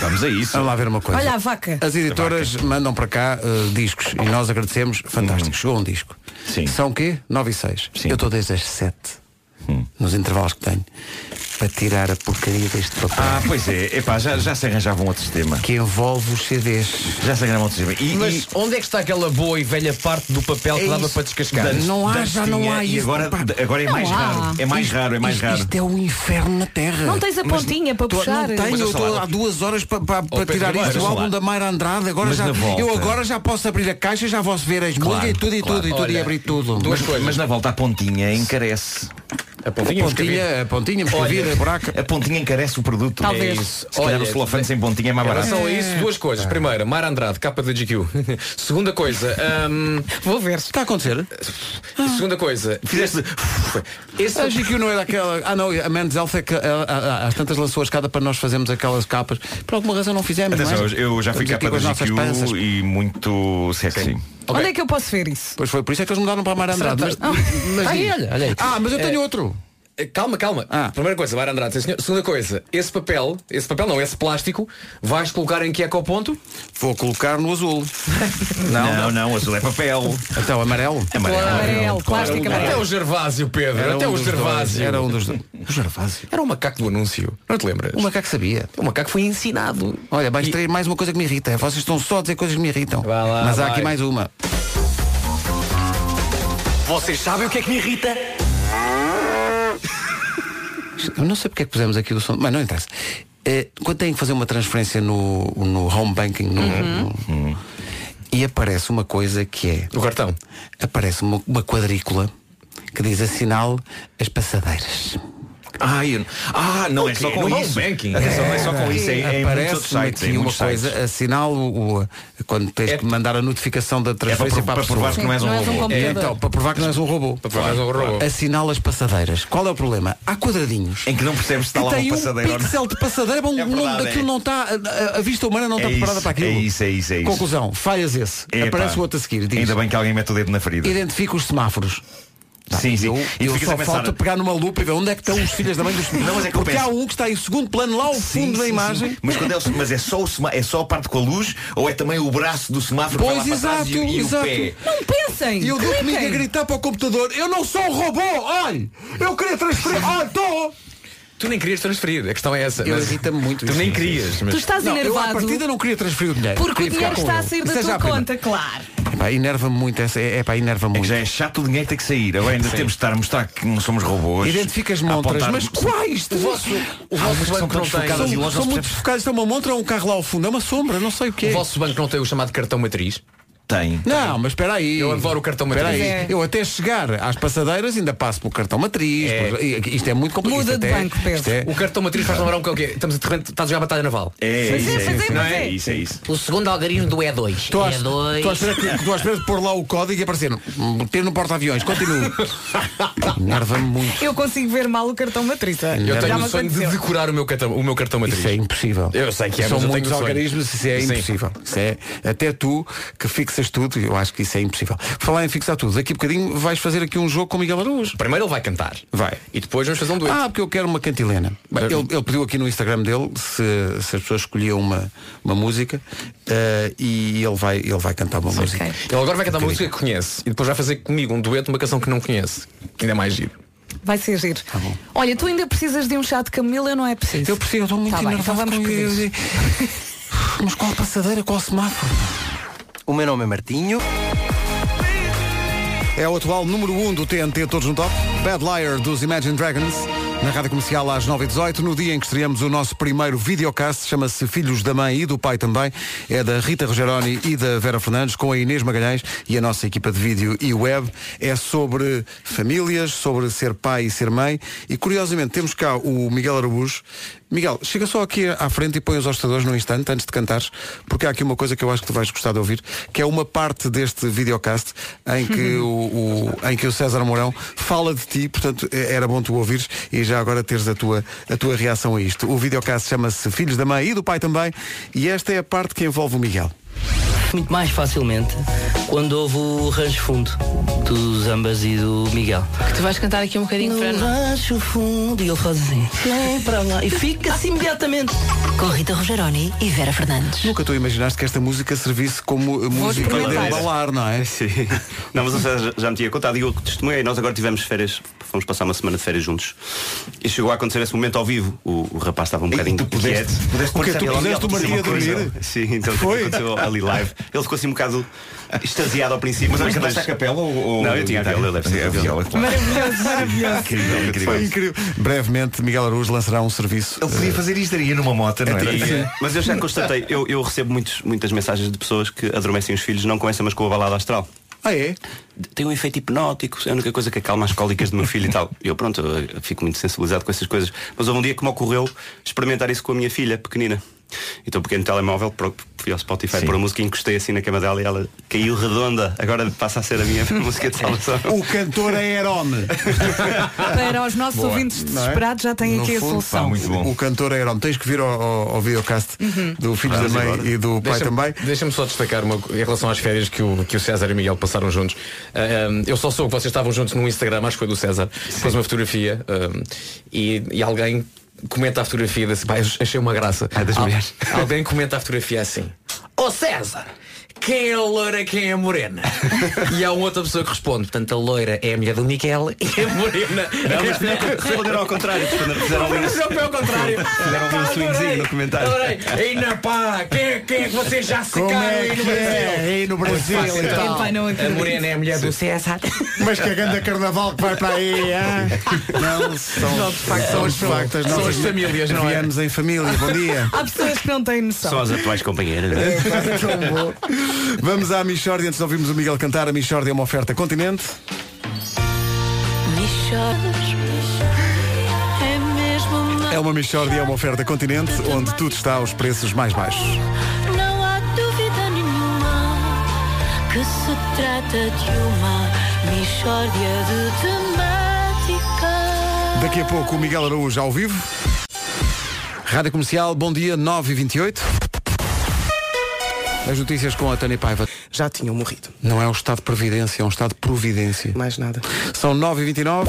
S1: Vamos a isso. Vamos lá ver uma coisa.
S18: Olha a vaca.
S1: As editoras mandam para cá eh, discos e nós agradecemos. Fantástico. Chegou um disco. Sim. São o quê? 9 e 6. Eu estou desde as 7. Nos intervalos que tenho. Para tirar a porcaria deste papel.
S15: Ah, pois é, epá, já, já se arranjava um outro sistema.
S1: Que envolve os CDs.
S15: Já se arranjava um outro sistema. E,
S7: Mas
S15: e-
S7: onde é que está aquela boa e velha parte do papel que
S15: É
S7: dava
S15: isso.
S7: para descascar?
S15: Dantes-
S1: Não há,
S15: dantes
S1: já não
S15: tinha,
S1: há
S15: E
S1: isso,
S15: agora,
S1: pá.
S15: de- agora é
S3: Não
S15: mais
S3: há.
S15: raro. É mais
S1: Isto-
S15: raro, é mais
S1: isto-
S15: raro.
S1: Isto é o inferno na Terra.
S3: Não tens a
S1: Mas-
S3: pontinha para
S1: Tô-
S3: puxar?
S1: Não
S3: Mas
S1: tá- tenho, eu
S3: ouça lá,
S1: estou há duas horas para, para, para
S15: Oh, Pedro,
S1: tirar
S15: mas
S1: isto do
S15: ouça lá.
S1: álbum da Mayra Andrade. Agora
S15: Mas
S1: já,
S15: na volta.
S1: eu agora já posso abrir a caixa, já posso ver as músicas e tudo e tudo e tudo e abrir tudo.
S15: mas, mas na volta à pontinha encarece.
S7: A pontinha,
S1: A pontinha, a pontinha
S15: Olha,
S1: escrevida, a buraca.
S15: A pontinha encarece o produto.
S7: Talvez.
S15: É isso. Se calhar
S7: Olha,
S15: o celofane sem pontinha é mais
S7: Em
S15: barato.
S7: relação a isso, duas coisas. Primeira, Mara Andrade, capa
S1: (laughs)
S7: da GQ. Segunda coisa,
S1: vou ver. hum, Ah. Está a acontecer?
S7: Segunda coisa,
S15: fizeste.
S1: Esse a GQ não é daquela. Ah não, a Mendes Elf é que, ah, ah, ah, às tantas lançou a escada para nós fazermos aquelas capas. Por alguma razão não fizemos.
S15: Atenção,
S1: não é?
S15: eu- eu já fui
S1: Estamos aqui
S15: capa
S1: com as
S15: da
S1: nossas panças.
S15: GQ e muito sexy.
S3: Onde é que eu posso ver isso?
S1: Pois foi, por isso é que eles mudaram para a Mara
S7: Será
S1: Andrade. Mas,
S7: que-
S1: mas
S7: Ai,
S1: diz-
S7: olha, olha aí.
S1: Ah, mas eu tenho
S7: É.
S1: outro. Ah.
S7: Calma, calma. Primeira coisa, Mara Andrade, sim, senhor. Segunda coisa, esse papel, esse papel não, esse plástico, vais colocar em que ecoponto?
S1: Vou colocar no azul.
S15: Não, não, não, azul é papel. É
S1: Então, amarelo? um
S7: Amarelo.
S3: Amarelo, plástico amarelo.
S7: Até o Gervásio, Pedro.
S1: Era
S7: até
S1: um
S7: o
S1: dos dois,
S7: Gervásio.
S1: Era um dos dois. O Gervásio.
S7: Era um macaco do anúncio. Não te lembras?
S1: O macaco sabia.
S7: O macaco foi ensinado.
S1: Olha, vais trair mais uma coisa que me irrita. É, Vocês estão só a dizer coisas que me irritam.
S7: lá,
S1: Mas há
S7: vai.
S1: aqui mais uma.
S18: Vocês sabem o que é que me irrita?
S1: Eu não sei porque é que pusemos aqui o som, mas não interessa. Eh, quando têm que fazer uma transferência no, no home banking, no-
S7: Uhum.
S1: no- e aparece uma coisa que é.
S7: O cartão.
S1: Aparece uma, uma quadrícula que diz assinal as passadeiras.
S15: Ai, eu- Ah, não é só com
S1: No
S15: isso.
S1: home banking.
S15: Atenção, não é só com isso. É, é em muitos outros
S1: Aparece-me
S15: sites. é
S1: aqui
S15: em
S1: uma
S15: muitos sites. É
S1: coisa, assinal o, o- quando tens que mandar a notificação da transferência
S15: para
S1: para,
S15: pro-
S1: a
S15: para provar
S1: pessoa.
S15: que não és um Sim, não és um robô.
S1: E
S15: computador.
S1: então, para provar que não és um robô.
S7: Para provar que não és um robô.
S1: Assinala as passadeiras. Qual é o problema? Há quadradinhos.
S15: Em que não percebes se está
S1: que
S15: lá
S1: tem
S15: uma
S1: um
S15: passadeira ou não.
S1: pixel de passadeira, bom,
S15: É
S1: não,
S15: verdade,
S1: daquilo
S15: é.
S1: não está, a, a vista humana não está
S15: É
S1: preparada
S15: isso,
S1: para aquilo.
S15: é isso, é isso, é isso.
S1: Conclusão, falhas esse.
S15: Epá,
S1: Aparece o outro a seguir. Diz,
S15: Ainda bem que alguém mete o dedo na ferida.
S1: identifica os semáforos. Tá,
S15: sim, sim. E
S1: Eu
S15: ficas
S1: só
S15: a pensar,
S1: falta pegar numa lupa e ver onde é que estão os filhos da mãe dos
S15: Não, mas é que eu
S1: Porque
S15: penso.
S1: há um que está em segundo plano lá ao
S15: Sim,
S1: fundo da
S15: sim,
S1: imagem.
S15: sim. Mas, quando é o sema- mas é só o sema- é só a parte com a luz ou é também o braço do semáforo que vai
S1: Pois
S15: lá para
S1: exato,
S15: trás e, o- e
S1: exato.
S15: o pé?
S3: Não pensem!
S1: E eu dou
S3: cliquem.
S1: comigo a gritar para o computador, eu não sou um robô, olha! Eu queria transferir. Ah, estou!
S7: Tu nem querias transferir, a questão é essa.
S1: Eu irrita-me muito
S7: Tu
S1: isso.
S7: nem querias. Mas...
S3: Tu estás
S1: Não, eu à
S3: enervado
S1: partida não queria transferir o dinheiro.
S3: porque o
S1: eh, Queria ficar
S3: dinheiro
S1: com
S3: está a
S1: ele.
S3: sair da
S1: Isso é já
S3: tua
S1: prima.
S3: conta, claro.
S1: Epá, enerva-me muito essa. Epá, enerva-me
S15: É que
S1: muito.
S15: já é chato o dinheiro tem que sair. Agora ainda
S1: Sim.
S15: temos de estar a mostrar que não somos robôs.
S1: Identifica as
S15: a
S1: montras,
S15: apontar-
S1: mas quais?
S7: O vosso, o
S15: Há
S7: vosso
S15: umas que são
S7: banco não
S15: todas
S7: tem.
S15: focadas e longe
S1: São, são
S15: não se
S1: muito
S15: percebe.
S1: focados, tem uma montra ou um carro lá ao fundo, é uma sombra, não sei o que
S7: O
S1: é.
S7: vosso banco não tem o chamado cartão matriz.
S15: Tem.
S1: Não, mas espera aí.
S7: Eu adoro o cartão
S1: Espera
S7: matriz.
S1: aí.
S3: É.
S1: Eu até chegar às passadeiras ainda passo pelo cartão matriz. por- e- Isto é muito complicado.
S3: Muda
S1: Isto
S3: de
S1: até-
S3: banco, Pedro.
S1: isto é-
S7: O cartão matriz faz lembrar um que é o quê? Estamos de repente, estás a jogar batalha naval.
S15: É,
S3: Fazer,
S15: isso, é,
S3: fazer,
S15: isso, não é
S3: fazer.
S15: isso, é isso.
S13: O segundo algarismo do E2.
S1: Estou à estou à espera que- é estou à espera de pôr lá o código e aparecer. hum, Ter no porta-aviões. Continuo. (laughs) Enerva-me muito.
S3: Eu consigo ver mal o cartão matriz.
S7: Eu
S3: Já
S7: tenho
S1: um
S3: me
S7: o sonho de
S3: aconteceu.
S7: decorar o meu cartão, o meu cartão matriz.
S1: Isso é impossível.
S7: Eu sei que é,
S1: São
S7: mas eu
S1: muitos
S7: tenho o sonho.
S1: algarismos, isso é
S7: Sim.
S1: impossível. Isso é, até tu que fixas tudo, eu acho que isso é impossível. Falar em fixar tudo, daqui a bocadinho vais fazer aqui um jogo com o Miguel Araújo.
S7: Primeiro ele vai cantar.
S1: Vai.
S7: E depois vamos fazer um dueto.
S1: Ah, porque eu quero uma cantilena. Bem, ele, ele pediu aqui no Instagram dele se, se as pessoas escolhiam uma, uma música eh, e ele vai, ele vai cantar uma música.
S7: Ele agora vai cantar uma música que conhece e depois vai fazer comigo um dueto, uma canção que não conhece. Que ainda é mais giro.
S3: Vai ser giro. Olha, tu ainda precisas de um chá de camomila, eu não é preciso.
S1: Tá Eu preciso, eu estou muito
S3: Tá bem,
S1: enervado
S3: então vamos
S1: com
S3: por
S1: isso.
S3: isso.
S1: (laughs) Mas qual passadeira, qual semáforo?
S2: O meu nome é Martinho.
S1: É o atual número 1 um do TNT Todos no Top, Bad Liar dos Imagine Dragons, na rádio comercial às 9h18, no dia em que estreamos o nosso primeiro videocast, chama-se Filhos da Mãe e do Pai também, é da Rita Rogeroni e da Vera Fernandes, com a Inês Magalhães e a nossa equipa de vídeo e web. É sobre famílias, sobre ser pai e ser mãe, e curiosamente temos cá o Miguel Araújo. Miguel, chega só aqui à frente e põe os hostadores num instante antes de cantares, porque há aqui uma coisa que eu acho que tu vais gostar de ouvir, que é uma parte deste videocast em que o, o- em que o César Mourão fala de ti, portanto é- era bom tu ouvires e já agora teres a tua, a tua reação a isto. O videocast chama-se Filhos da Mãe e do Pai também, e esta é a parte que envolve o Miguel.
S19: muito mais facilmente quando houve o rancho fundo do Zambas e do Miguel.
S17: Tu vais cantar aqui um bocadinho para nós.
S19: rancho fundo e ele faz assim, vem para lá e
S7: assim
S19: fica-se imediatamente.
S10: Com Rita Rogeroni e Vera Fernandes.
S1: Nunca tu imaginaste que esta música servisse como eh, música de
S16: experimentar.
S1: balar, não é?
S16: Sim. Não, mas o César já me tinha contado e Ah, eu que testemunhei. Nós agora tivemos férias, fomos passar uma semana de férias juntos. E chegou a acontecer esse momento ao vivo. O, o rapaz estava um bocadinho
S14: tu pudeste-
S16: inquieto.
S14: pudeste
S1: Porque
S16: Ele,
S1: tu
S16: "Miguel,
S1: puseste o
S16: aconteceu
S1: Maria a
S16: uma coisa."
S1: dormir?
S16: Sim, então Foi? aconteceu ali live. Ele ficou assim um bocado extasiado ao princípio.
S15: Mas
S16: depois-
S15: cantaste a capela ou- ou-
S16: Não, eu tinha a viola, eu deve ser
S15: A viola, claro.
S3: Maravilhoso, maravilhoso.
S15: Incrível,
S1: Foi
S15: incrível.
S1: incrível. Brevemente, Miguel Araújo lançará um serviço.
S14: Ele podia fazer isto, iria numa
S1: É
S14: moto, não era?
S16: Sim. Mas eu já constatei, eu, eu recebo muitos- muitas mensagens de pessoas que adormecem os filhos não com essa, mas com a balada astral.
S1: Ah, é?
S16: Tem um efeito hipnótico, é a única coisa que acalma as cólicas do meu filho e tal. Eu, pronto, eu fico muito sensibilizado com essas coisas. Mas houve um dia que me ocorreu experimentar isso com a minha filha, pequenina. Então, pequeno telemóvel, pro- fui ao Spotify para a música, encostei assim na cama dela e ela caiu redonda. Agora passa a ser a minha (laughs) música de salvação.
S1: O cantor é Herome.
S3: Para os nossos
S1: Boa.
S3: ouvintes
S1: Não é?
S3: desesperados já têm aqui a solução.
S1: O cantor é Herome. Tens que vir ao, ao, ao videocast
S3: Uhum.
S1: do
S15: Ah,
S1: Filhos da Mãe e do Pai
S7: Deixa-me-
S1: também.
S7: Deixa-me só destacar uma, co- em relação às férias que o, que o César e o Miguel passaram juntos. Ah, um, eu só soube que vocês estavam juntos no Instagram, acho que foi do César, pôs uma fotografia um, e, e alguém comenta a fotografia desse pai, achei uma graça.
S1: Ah,
S7: Al- alguém comenta a
S1: (laughs)
S7: fotografia assim. Ô César, quem é a loira, quem é a morena? e há uma outra pessoa que responde, portanto a loira é a mulher
S1: (laughs)
S7: do Miguel e a (laughs) morena é a
S16: Não, mas fizeram- responderam ao contrário, responderam- fizeram ali um-
S7: Responderam ao contrário.
S16: Fizeram ali um
S7: Pá,
S16: swingzinho
S7: adorei,
S16: no comentário.
S7: adorei. Ainda pá, quem é, quem é que vocês já se
S1: Como
S7: caram
S1: é
S7: aí no
S1: que
S7: Brasil?
S1: é aí no Brasil
S7: Pois fácil,
S1: e tal?
S7: então.
S1: Epá, não
S7: a
S1: acredito.
S7: morena é a mulher
S1: Sim.
S7: do César.
S1: Mas que a ganda carnaval que vai para aí, hein? Não, são,
S7: Não, de facto,
S1: são
S7: são-
S1: de facto as
S7: são
S1: nossas
S7: as famílias, não é?
S1: Viemos em família, bom dia.
S3: Há pessoas que não têm noção.
S16: São as atuais companheiras. não é?
S1: Tão bom. Vamos à Michórdia, antes de ouvirmos o Miguel cantar, a Michórdia é uma oferta continente.
S6: Me choras, é mesmo uma.
S1: É uma Michórdia, é uma oferta continente, onde tudo está aos preços mais baixos.
S6: Não há dúvida nenhuma que se trata de uma mixórdia de temática.
S1: Daqui a pouco o Miguel Araújo ao vivo. Rádio Comercial, bom dia, 9 e 28 As notícias com a Tânia Paiva.
S5: Já tinham morrido.
S1: Não é um estado de previdência, é um estado de providência.
S5: Mais nada.
S1: São 9 e 29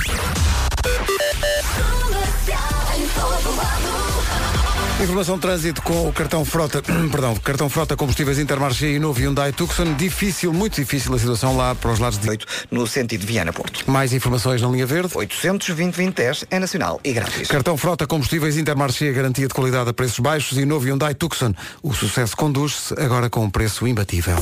S1: Informação de trânsito com o cartão frota, (clears throat) perdão, cartão frota combustíveis Intermarché e novo Hyundai Tucson. Difícil, muito difícil a situação lá para os lados de 8,
S4: no sentido de Viana-Porto.
S1: Mais informações na linha verde.
S4: 820-2010 é nacional e grátis.
S1: Cartão Frota Combustíveis Intermarché, garantia de qualidade a preços baixos e novo Hyundai Tucson. O sucesso conduz-se agora com um preço imbatível.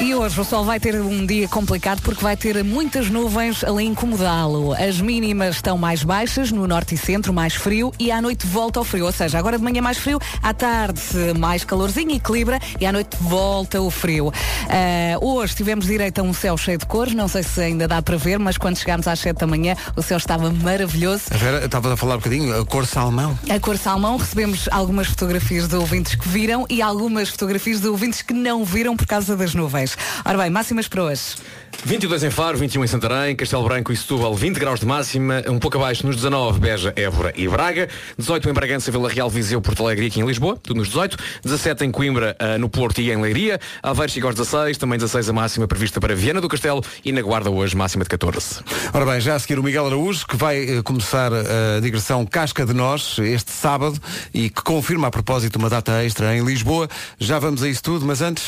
S3: E hoje o sol vai ter um dia complicado porque vai ter muitas nuvens ali a incomodá-lo. As mínimas estão mais baixas, no norte e centro mais frio e à noite volta ao frio. Ou seja, agora de manhã mais frio, à tarde mais calorzinho, equilibra e à noite volta o frio. Ah, hoje tivemos direito a um céu cheio de cores, não sei se ainda dá para ver, mas quando chegámos às 7 da manhã o céu estava maravilhoso.
S1: A Vera, estava a falar um bocadinho, a cor salmão.
S3: A cor salmão, recebemos algumas fotografias de ouvintes que viram e algumas fotografias de ouvintes que não viram por causa das nuvens. Ora bem, máximas para hoje.
S7: 22 em Faro, 21 em Santarém, Castelo Branco e Setúbal, 20 graus de máxima, um pouco abaixo nos 19, Beja, Évora e Braga, 18 em Bragança, Vila Real, Viseu, Porto Alegre e aqui em Lisboa, tudo nos 18, 17 em Coimbra, ah, no Porto e em Leiria, Aveiro chega aos 16, também 16 a máxima prevista para Viana do Castelo e na Guarda hoje máxima de 14.
S1: Ora bem, já a seguir o Miguel Araújo, que vai eh, começar a digressão Casca de Nós este sábado e que confirma a propósito uma data extra em Lisboa. Já vamos a isso tudo, mas antes.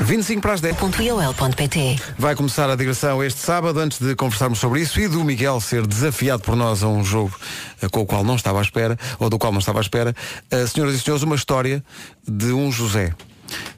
S1: 25 para as 10. Vai começar a digressão este sábado, antes de conversarmos sobre isso e do Miguel ser desafiado por nós a um jogo eh, com o qual não estava à espera, ou do qual não estava à espera. eh, Senhoras e senhores, uma história de um José.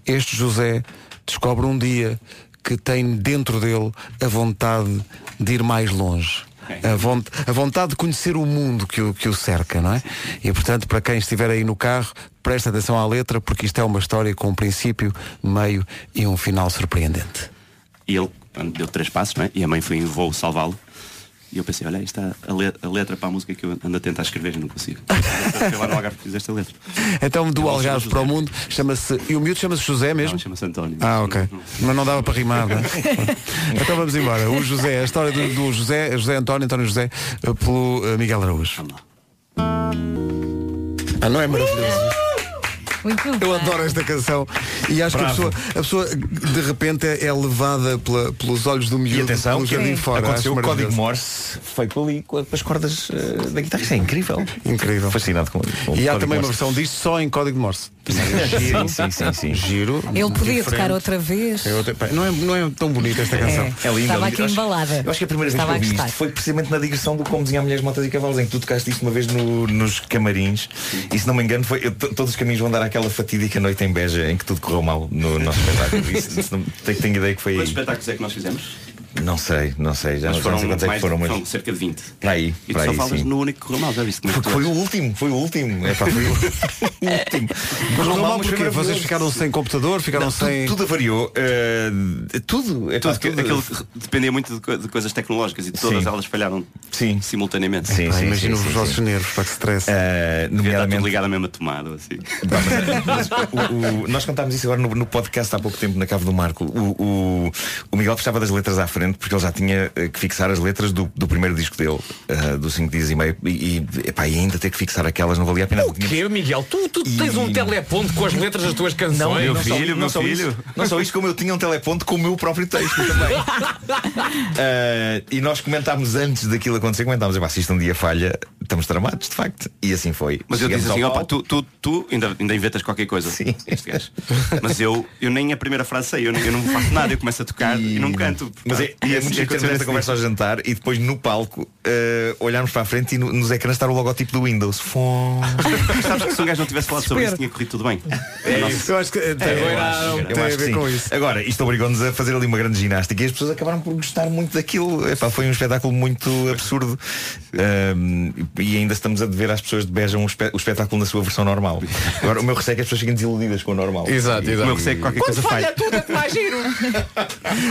S1: Este José descobre um dia que tem dentro dele a vontade de ir mais longe. A, vont- a vontade de conhecer o mundo que o, que o cerca, não é? E portanto, para quem estiver aí no carro, presta atenção à letra, porque isto é uma história com um princípio, meio e um final surpreendente.
S16: E ele pronto, deu três passos, não é? E a mãe foi em voo salvá-lo. E eu pensei, olha, isto é a, le- a letra para a música que eu ando a tentar escrever e não consigo.
S15: Ah,
S16: Foi lá no Algarve que fiz esta letra.
S1: Então do Algarve para o mundo chama-se. E o miúdo chama-se José mesmo?
S16: chama-se António.
S1: Ah, ok. Mas não dava para rimar,
S15: (laughs)
S1: não é? Então vamos embora. O José, a história do, do José, José António, António José, eh, pelo eh, Miguel Araújo. Ah, não é maravilhoso? Eu adoro esta canção e acho
S15: Bravo.
S1: que a pessoa, a pessoa de repente é é levada pela- pelos olhos do miúdo
S15: E atenção,
S1: pelo
S15: que
S1: jardim fora.
S15: aconteceu
S1: Acho
S15: o código
S1: maravilhoso.
S15: Morse feito ali com as cordas eh, da guitarra. Isso é incrível.
S1: Incrível.
S15: Fascinado com, com
S1: E
S15: o código
S1: há também
S15: Morse.
S1: uma versão disto só em código Morse.
S15: Sim, sim, sim, sim.
S1: Giro.
S3: Ele podia
S1: Diferente.
S3: tocar outra vez.
S1: É outra- pá, Não é, não é tão bonita esta canção.
S3: É. Estava aqui
S15: Eu acho-
S3: embalada.
S15: Eu acho que é a primeira vez
S3: Estava a
S15: que eu vi
S3: gostar.
S15: isto foi precisamente na digressão do Como Desenhar Mulheres, Motas e Cavalos, em que tu tocaste isto uma vez no- nos camarins. E se não me engano, foi, eu- to- todos os caminhos vão dar àquela fatídica noite em (laughs) Beja em que tudo correu mal no nosso espetáculo. Isso, isso não- tenho, tenho ideia que foi aí.
S16: Quantos espetáculos é que nós fizemos?
S15: Não sei, não sei. Já
S16: Mas
S15: não já não sei
S16: foram
S15: quantos é que
S16: mais-
S15: foram, mas.
S16: foram cerca de 20.
S15: Para aí,
S16: E tu
S15: para
S16: só
S15: aí,
S16: falas
S15: sim.
S16: no único que correu mal, já viste como é que
S15: Porque
S16: tu
S15: foi
S16: és.
S15: o último, foi o
S1: (laughs)
S15: último. É, pá, foi
S16: (laughs)
S15: o-
S1: Último. Mas não mal
S15: mas
S1: porquê?
S15: foi
S1: Vocês
S15: maravilhoso.
S1: ficaram sem computador, ficaram
S15: Não, tudo-
S1: sem.
S15: Tudo avariou. eh, tudo. É, pá,
S16: Tudo,
S15: tudo-
S16: Aquilo que dependia muito de, co- de coisas tecnológicas e todas
S15: Sim.
S16: elas falharam
S15: Sim.
S16: simultaneamente.
S15: Sim, sim, sim, sim, sim.
S1: nervos, para que stress.
S15: Eh, nomeadamente.
S16: Tudo ligado à mesma tomada, assim.
S15: (laughs) O- o- nós contámos isso agora no, no podcast há pouco tempo na Cave do Marco. O, o- o Miguel precisava das letras à frente porque ele já tinha eh, que fixar as letras do, do primeiro disco dele, eh, do 5 dias e meio. E, e, epá, e ainda ter que fixar aquelas não valia a pena.
S7: O quê, Miguel? Tu, tu tens um teleponto com as letras das tuas canções?
S15: Não, não só- não só Isso, não só isso, como eu tinha um teleponto com o meu próprio texto
S16: (laughs)
S15: também. Ah, e nós comentámos antes daquilo acontecer, comentámos, "Epá, se isto um dia falha, estamos tramados, de facto. E assim foi.
S16: Mas eu
S15: Chegamos
S16: disse
S15: ao
S16: assim, opa,
S15: palco.
S16: tu, tu, tu ainda, ainda inventas qualquer coisa. Sim. Este gajo. Mas eu, eu nem a primeira frase sei, eu, nem- eu não faço nada, eu começo a tocar e, não canto.
S15: Mas
S16: (laughs)
S15: é,
S16: assim
S15: e é muito giro termos esta conversa ao jantar e depois no palco ah, olharmos para a frente e no- nos ecrãs estar o logotipo do Windows.
S7: (laughs)
S15: Fom.
S16: Sabes que se um gajo não tivesse falado sobre isso, tinha corrido tudo bem.
S15: É
S16: Nossa.
S15: isso.
S1: Eu acho que eh, tem,
S15: eu acho- eu acho que sim. Agora, isto obrigou-nos a fazer ali uma grande ginástica e as pessoas acabaram por gostar muito daquilo. Epá, foi um espetáculo muito absurdo. Ahm, e ainda estamos a dever às pessoas de Beja um espe- o espetáculo na sua versão normal. Agora, o meu receio é que as pessoas fiquem desiludidas com o normal.
S1: Exato,
S15: E-
S1: exato.
S15: O meu receio é que qualquer coisa falhe.
S7: tudo é que mais giro.
S1: (laughs)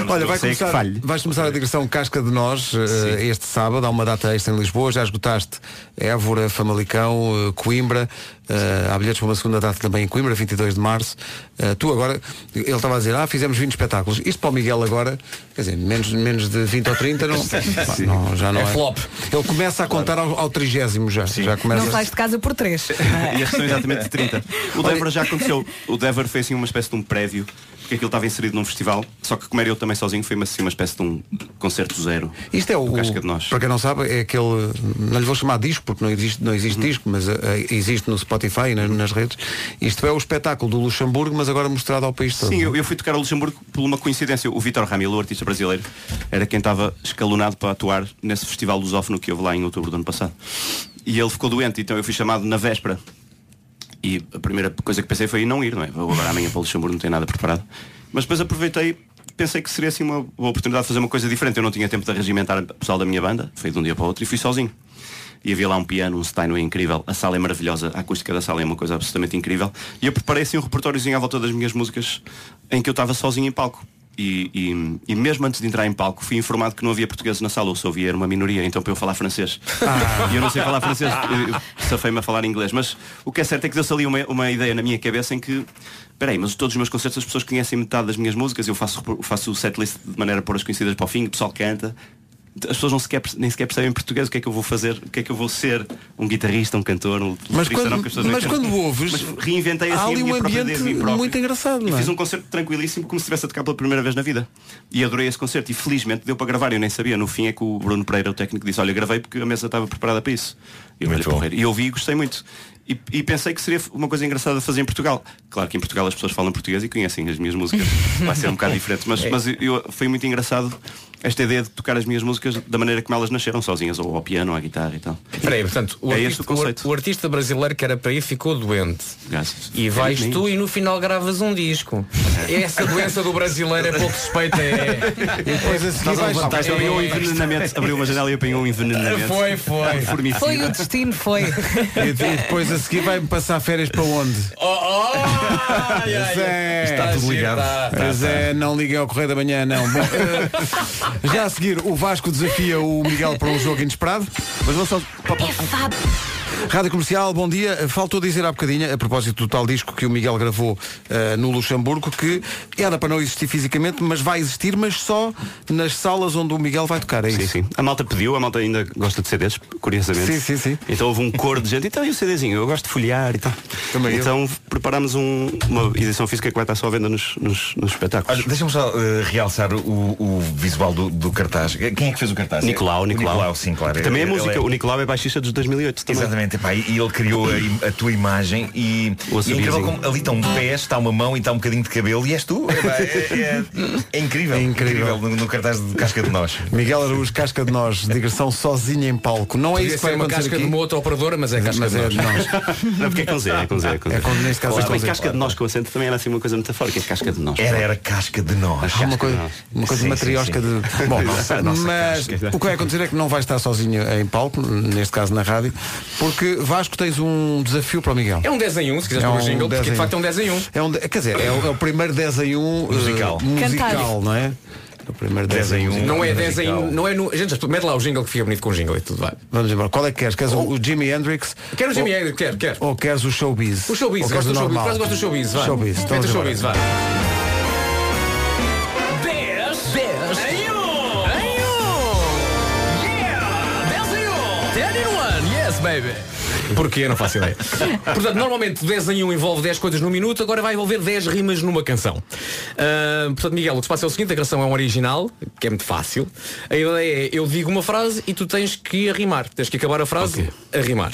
S1: Olha, vai
S18: é
S15: Sei que
S1: começar,
S15: falhe.
S1: vais começar a digressão Casca de Nós eh, este sábado. Há uma data extra em Lisboa. Já esgotaste Évora, Famalicão, eh, Coimbra. Eh, há bilhetes para uma segunda data também em Coimbra, 22 de março. Eh, tu agora, ele estava a dizer, ah, fizemos 20 espetáculos. Isto para o Miguel agora, quer dizer, menos, menos de 20 ou 30, não, pá, não, já não é.
S7: É flop.
S1: Ele começa a contar ao, ao trigésimo já. já começa
S3: Não sais de casa por
S1: (laughs)
S3: três.
S16: (laughs) E estes são exatamente 30. O Dever já aconteceu. O Dever foi assim uma espécie de um prévio, porque aquilo estava inserido num festival, só que como era eu também sozinho, foi assim uma espécie de um concerto zero.
S1: Isto é o,
S16: Do Casca de Nós.
S1: para quem não sabe, é aquele, não lhe vou chamar disco porque não existe, não existe disco, mas eh, existe no Spotify e nas, nas redes. Isto é o espetáculo do Luxemburgo, mas agora mostrado ao país todo. é?
S16: Sim, eu, eu fui tocar a Luxemburgo por uma coincidência. O Vitor Ramil, o artista brasileiro, era quem estava escalonado para atuar nesse festival lusófono que houve lá em outubro do ano passado. E ele ficou doente, então eu fui chamado na véspera. E a primeira coisa que pensei foi "Ih, não ir, não é? Vou agora amanhã para o Luxemburgo, não tenho nada preparado. Mas depois aproveitei, pensei que seria assim uma boa oportunidade de fazer uma coisa diferente. Eu não tinha tempo de regimentar o pessoal da minha banda, foi de um dia para o outro e fui sozinho. E havia lá um piano, um Steinway incrível, a sala é maravilhosa, a acústica da sala é uma coisa absolutamente incrível. E eu preparei assim um repertóriozinho à volta das minhas músicas em que eu estava sozinho em palco. E, e- e mesmo antes de entrar em palco fui informado que não havia portugueses na sala, ou se havia era uma minoria, então para eu falar francês. E eu não sei falar francês, eu- eu safei-me a falar inglês. Mas o que é certo é que deu-se ali uma, uma ideia na minha cabeça em que, peraí, mas todos os meus concertos as pessoas conhecem metade das minhas músicas, eu faço, faço o setlist de maneira a pôr as conhecidas para o fim, o pessoal canta, as pessoas não sequer, nem sequer percebem português o que é que eu vou fazer, o que é que eu vou ser, um guitarrista, um cantor, um
S1: Mas
S16: letrista,
S1: quando-
S16: não, que as pessoas
S1: mas
S16: não-
S1: quando ouves,
S16: Mas reinventei assim
S1: há
S16: a
S1: ali
S16: minha
S1: um
S16: própria ideia
S1: ambiente
S16: de mim próprio.
S1: muito engraçado,
S16: E
S1: não é?
S16: fiz um concerto tranquilíssimo, como se estivesse a tocar pela primeira vez na vida. E adorei esse concerto e felizmente deu para gravar, eu nem sabia. No fim é que o Bruno Pereira, o técnico, disse, olha, gravei porque a mesa estava preparada para isso. E eu, olhei para o Pereira. e eu ouvi e gostei muito. E, e pensei que seria uma coisa engraçada de fazer em Portugal. Claro que em Portugal as pessoas falam português e conhecem as minhas músicas. Vai ser um bocado diferente. Mas,
S7: É.
S16: mas eu, foi muito engraçado esta ideia de tocar as minhas músicas da maneira como elas nasceram sozinhas, ou ao piano, ou à guitarra e tal.
S7: Espera aí, portanto, o,
S16: É este
S7: artista,
S16: o conceito.
S7: o- o artista brasileiro que era para ir ficou doente. E vais
S16: É
S7: tu e no final gravas um
S16: (laughs)
S7: disco. Essa doença do brasileiro é pouco suspeita. É...
S16: E depois a seguir
S7: Estás
S16: vais-
S7: levantar-
S16: Abriu um envenenamento, abriu uma janela e apanhou um envenenamento.
S7: Foi, foi.
S16: Formicida.
S3: Foi o destino, foi.
S1: (laughs) E, e depois a seguir vai-me passar férias para onde?
S15: Oh,
S1: Pois é.
S7: Está tudo ligado.
S1: Pois é, não liguem ao Correio da Manhã, não. Bom, eh, já a seguir, o Vasco desafia o Miguel para um jogo inesperado. Mas não só.
S15: (laughs)
S1: Rádio Comercial, bom dia. Faltou dizer há bocadinho, a propósito do tal disco que o Miguel gravou eh, no Luxemburgo, que era para não existir fisicamente, mas vai existir, mas só nas salas onde o Miguel vai tocar. É isso?
S16: Sim, sim. A malta pediu, a malta ainda gosta de CDs, curiosamente.
S1: Sim, sim, sim.
S16: Então houve um cor de gente. Então e o CDzinho? Eu gosto de folhear e tal.
S1: Também eu.
S16: então preparámos um- uma edição física que vai estar só à venda nos, nos, nos espetáculos.
S15: Olha, deixa-me só eh, realçar o, o visual do, do cartaz. Quem é que fez o cartaz?
S16: Nicolau,
S15: O
S16: Nicolau.
S15: sim, claro.
S16: Que Também é
S15: Ele- ele
S16: música. O Nicolau é baixista dos 2008 também.
S15: Exatamente, Exatamente, epá, e e ele criou a, im- a tua imagem e, e é incrível
S9: sorrisinho.
S15: como ali está um pé, está uma mão e está um bocadinho de cabelo e és tu. Epá, é, é- é incrível, incrível, no, no cartaz de Casca de Nós.
S1: Miguel Araújo, casca de nós, digressão sozinha em palco. Não é
S7: Podia
S1: isso que vai
S7: ser uma
S1: acontecer
S7: casca
S1: aqui.
S7: de uma outra operadora, mas é casca
S1: Mas
S7: de
S1: é
S7: nós.
S1: de nós.
S16: (laughs) Não, porque é com Z, é com Z. É com Z.
S1: É com- neste caso
S16: Mas
S1: é com
S16: bem,
S1: Z,
S16: casca de nós com acento também era assim uma coisa metafórica, casca de nós.
S15: Era, era casca de nós.
S1: Ah, uma coisa, uma coisa matriosca (laughs) de. Bom, mas o que vai acontecer é que não vai estar sozinho em palco, neste caso na rádio, porque Vasco tens um desafio para o Miguel.
S7: É um 10 em 1, se quiseres pôr o jingle, porque de facto é um 10 em 1.
S1: É um, de- quer dizer, é o, é o primeiro 10 em 1
S7: Musical.
S1: musical,
S7: Cantado.
S1: não é? É O primeiro 10, em 1.
S7: Não é 10 em 1, não é no. Gente, mete lá o jingle que fica bonito com o jingle e tudo vai.
S1: Vamos embora. Qual é que queres? Queres o- o Jimi Hendrix?
S7: Quero o Jimi
S1: Ou-
S7: Hendrix, quero, quero.
S1: Ou queres o showbiz?
S7: O showbiz,
S1: Ou queres
S7: gosto do showbiz,
S1: é normal?
S7: quase gosto do showbiz, vai.
S1: Showbiz, Então
S7: Mete
S1: estamos
S7: o showbiz, vai.
S18: 10 10 em 1 em 1 Yeah 10 em 1 10 em 1
S7: Yes, baby! Porquê? Não faço ideia. Portanto, normalmente 10 em 1 envolve 10 coisas num minuto, agora vai envolver 10 rimas numa canção. Ah, portanto, Miguel, o que se passa é o seguinte, a canção é um original, que é muito fácil. A ideia é, eu digo uma frase e tu tens que arrimar. Tens que acabar a frase Ah, a rimar.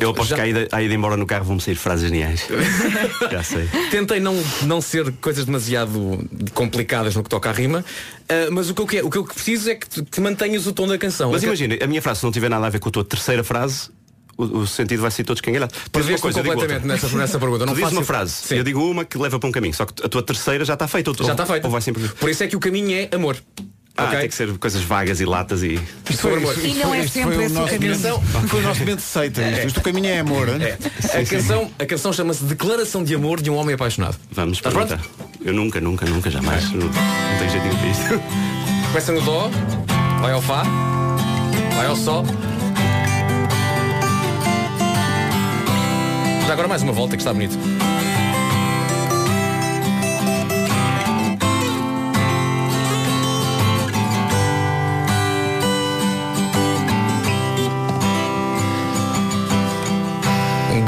S16: Eu aposto que à ida, à ida embora no carro vão sair frases
S7: (laughs)
S16: geniais. Já sei.
S7: Tentei não, não ser coisas demasiado complicadas no que toca à rima, ah, mas o que eu, quero, o que eu preciso é que, tu- que mantenhas o tom da canção.
S16: Mas
S7: Eu quero-
S16: imagina, a minha frase se não tiver nada a ver com a tua terceira frase, o, o sentido vai ser todo escangalhado. Por
S7: Perdeste-me completamente nessa- nessa pergunta. Eu não
S16: tu dizes
S7: faço-
S16: uma frase, eu digo uma que leva para um caminho, só que a tua terceira já está feita. ou tu-
S7: Já está feita.
S16: Ou vai sempre...
S7: Por isso é que o caminho é amor.
S16: Ah, tem que ser coisas vagas e latas e...
S7: Isto foi amor.
S1: Isto foi- isto foi o nosso momento- Então, Foi o nosso momento de seita. Isto, isto o caminho é amor. hein?
S7: A canção, a canção chama-se Declaração de Amor de um Homem Apaixonado.
S16: Vamos perguntar. Eu nunca, nunca, nunca, jamais. Não, não tenho jeitinho para isto.
S7: (laughs) Começa no Dó, vai ao Fá, vai ao Sol. Já agora mais uma volta que está bonito.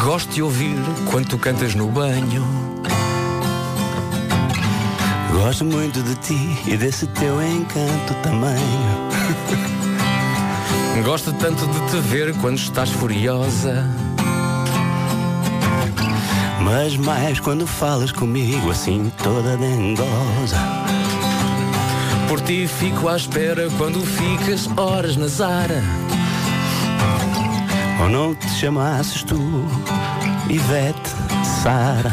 S7: Gosto de ouvir quando tu cantas no banho.
S18: Gosto muito de ti e desse teu encanto tamanho.
S7: (laughs) Gosto tanto de te ver quando estás furiosa.
S18: Mas mais quando falas comigo assim toda dengosa.
S7: Por ti fico à espera quando ficas horas na Zara.
S18: Ou não te chamasses tu, Ivete Sara.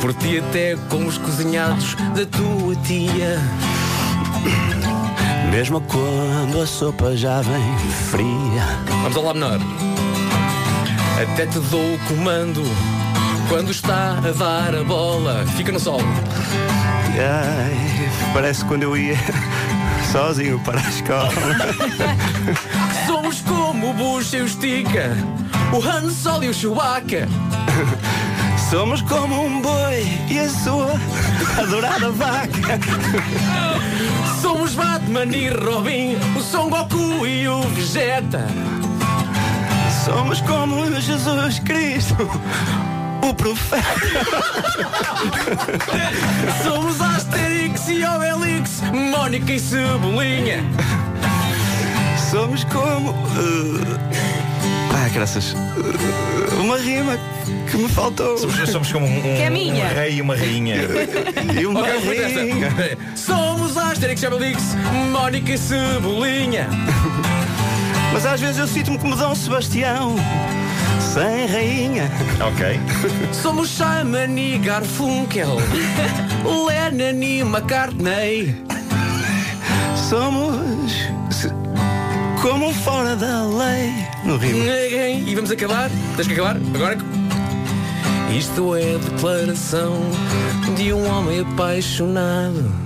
S7: Por ti até com os cozinhados da tua tia.
S18: Mesmo quando a sopa já vem fria.
S7: Vamos ao Lá menor. Até te dou o comando quando está a dar a bola. Fica no sol.
S16: Ai, parece quando eu ia (laughs) sozinho para a escola. (laughs)
S7: (laughs) Somos como o Bush e o Stica, o Han Solo e o Chewbacca.
S18: (laughs) Somos como um boi e a sua (laughs) adorada vaca.
S7: (laughs) Somos Batman e Robin, o Son Goku e o Vegeta.
S18: Somos como Jesus Cristo, o profeta.
S7: (laughs) Somos Asterix e Obelix, Mónica e Cebolinha.
S18: Somos como. eh,
S16: Ah, graças.
S18: Uma rima que me faltou.
S15: Somos, somos como um, um-
S18: Que é
S15: um
S18: minha.
S15: rei e uma
S1: (laughs)
S15: rainha.
S18: E uma
S7: Ok, vou fazer
S18: rainha.
S7: esta. Somos Asterix e Obelix, Mónica e Cebolinha.
S18: Mas às vezes eu sinto-me como Dom Sebastião, sem rainha.
S15: Ok.
S7: Somos Simon e
S18: (laughs)
S7: Garfunkel, Lennon e McCartney.
S18: Somos como um fora da lei.
S7: No Rio. E vamos acabar? Tens que acabar? Agora? Isto é a declaração de um homem apaixonado.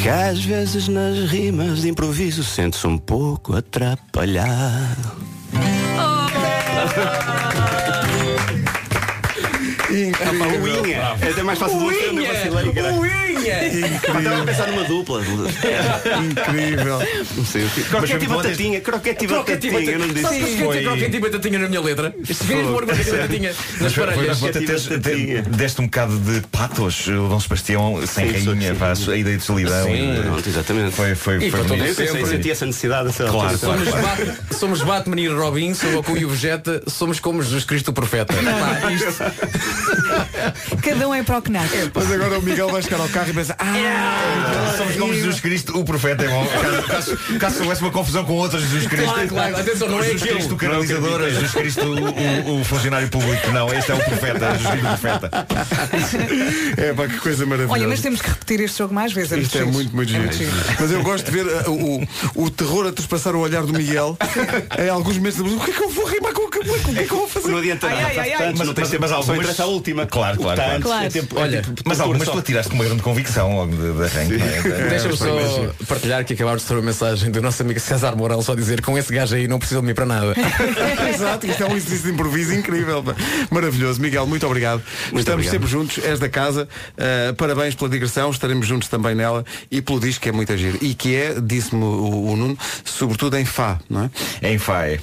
S18: Que às vezes nas rimas de improviso sente-se um pouco
S16: (laughs)
S18: atrapalhado.
S16: Ah, pá, Uinha. É até mais fácil de você,
S18: Uinha.
S16: eu vacilei, caralho.
S18: Uinha.
S16: Pá, Estava a pensar numa dupla.
S1: Incrível.
S16: Croquete e batatinha, croquete e
S7: Croquete e
S16: batatinha, eu não
S7: batatinha.
S16: disse.
S7: Sabe porquê que tem croquete e batatinha na minha letra? Se queres pôr croquete e batatinha nas
S15: Mas foi- foi-
S7: parelhas.
S15: foi- até- até- Deste um bocado de patos, o Dom Sebastião sem
S16: Sim,
S15: rainha,
S1: assim.
S16: sim.
S15: pá, a ideia de solidão.
S16: Sim.
S15: e de-
S16: Pronto, exatamente.
S15: Foi, foi,
S16: E
S15: foi
S16: para todo
S15: bonito.
S16: sempre. Eu pensei, senti essa necessidade. essa
S15: Claro,
S16: altura.
S15: claro,
S7: Somos, Bat- somos Batman e Robin, sou Goku e o Vegeta, somos como Jesus Cristo o Profeta. Pá, isto-
S3: Cada um é para o que nasce.
S1: Mas agora o Miguel vai chegar ao carro e pensa, ah,
S15: Somos como Jesus Cristo, o profeta é bom. Caso, caso, caso houvesse uma confusão com outro Jesus Cristo.
S7: Claro, claro, atenção, não é
S15: Jesus
S7: aquilo.
S15: Cristo, o canalizador, Jesus Cristo, o, o- o funcionário público. Não, este é o profeta, Jesus Cristo, o
S1: (laughs)
S15: profeta.
S1: É pá, que coisa maravilhosa.
S3: Olha, mas temos que repetir este jogo mais vezes.
S1: Isto é
S3: giro.
S1: muito, muito giro. Mas eu gosto de ver uh, o, o terror a trespassar o olhar do Miguel em alguns momentos. O que é que eu vou rimar com o que, o que é que eu vou fazer?
S16: Não adianta nada. faz tanto,
S15: Mas,
S16: não
S15: mas,
S16: tem
S15: mas
S16: só
S15: algumas.
S16: interessa a última.
S15: Claro, claro.
S16: Portanto,
S15: claro.
S16: é tempo- é
S15: Olha,
S16: tipo-
S15: mas algumas
S16: só.
S15: tu tiraste com uma grande convicção logo de, de arranque. não é?
S7: Deixa-me
S15: Foi
S7: só
S15: mesmo.
S7: partilhar que acabámos de ter uma mensagem do nosso amigo César Mourão só dizer com esse gajo aí não precisa de mim para (laughs) nada.
S1: (laughs)
S15: (laughs)
S1: Exato, isto é um exercício de improviso incrível. pá. Maravilhoso. Miguel, muito obrigado. Estamos
S16: obrigado.
S1: sempre juntos, és da casa. Uh, parabéns pela digressão, estaremos juntos também nela e pelo disco que é muito agir. E que é, disse-me o, o Nuno, sobretudo em Fá, não é?
S15: Em Fá, é.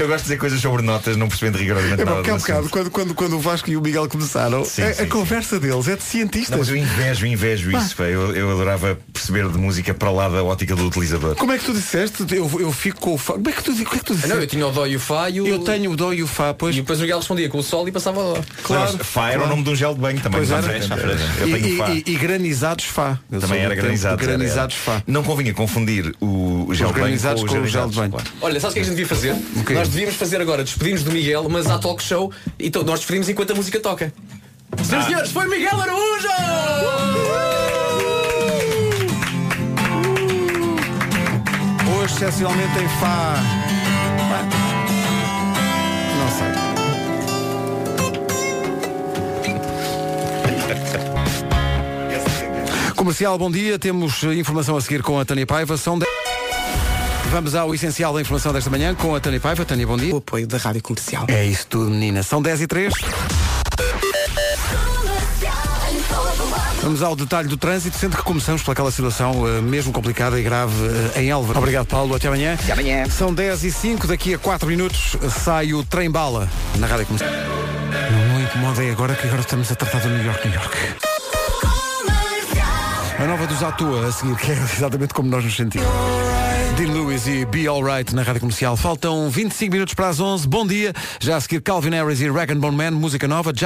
S15: Eu gosto de dizer coisas sobre notas, não percebendo rigorosamente
S1: (laughs) É
S15: nada.
S1: bom, porque há
S15: do
S1: bocado,
S15: assunto.
S1: quando, quando, quando o Vasco e o Miguel começaram,
S15: Sim,
S1: a, a
S15: sim, sim.
S1: conversa deles é de cientistas.
S15: Não, mas eu invejo, invejo
S1: Pá.
S15: isso. pá. Eu, eu adorava perceber de música para lá da ótica do utilizador.
S1: Como é que tu disseste? Eu, eu fico com o Fá. Como é que tu, como é que tu disseste?
S7: Ah, Não, eu tinha o dó e o fá e o...
S1: Eu tenho o dó e o Fá, pois.
S7: E depois o Miguel respondia com o sol e passava o dó.
S15: Claro. Fá era o nome de um gel de banho também.
S1: Pois
S15: não
S1: era.
S15: sei. Eu
S1: E,
S15: tenho um Fá.
S1: e- e granizados Fá. Eu sou
S15: Também
S1: do
S15: era
S1: tempo
S15: granizado.
S1: de
S15: era, era.
S1: Granizados Fá.
S15: Não convinha confundir o gel de banho
S1: granizados
S15: com,
S1: com o
S15: os
S1: gel de banho.
S15: granizados, claro.
S7: Olha, sabes o que é que a gente devia fazer?
S1: quê?
S7: Nós devíamos fazer agora, despedimos do Miguel, mas há talk show, então nós despedimos enquanto a música toca.
S15: Ah.
S7: Senhoras e senhores, foi Miguel Araújo!
S1: Uh! Hoje, excepcionalmente em Fá. Pá. Não sei. Comercial, bom dia. Temos eh, informação a seguir com a Tânia Paiva. São de... Vamos ao essencial da informação desta manhã com a Tânia Paiva. Tânia, bom dia. O apoio da Rádio Comercial. É isso tudo, menina. São 10 e 3. Vamos ao detalhe do trânsito, sendo que começamos por aquela situação eh, mesmo complicada e grave eh, em Elva. Obrigado, Paulo. Até amanhã. Até amanhã. São 10 e 5 daqui a 4 minutos eh, sai o trem-bala na Rádio Comercial. Não me incomodem agora, que agora estamos a tratar de New York, New York. A nova dos Atua, a seguir, que é (laughs) exatamente como nós nos sentimos. Dean Lewis e Be Alright na Rádio Comercial. Faltam 25 minutos para as 11. Bom dia. Já a seguir, Calvin Harris e Rag Bone Man, música nova. Já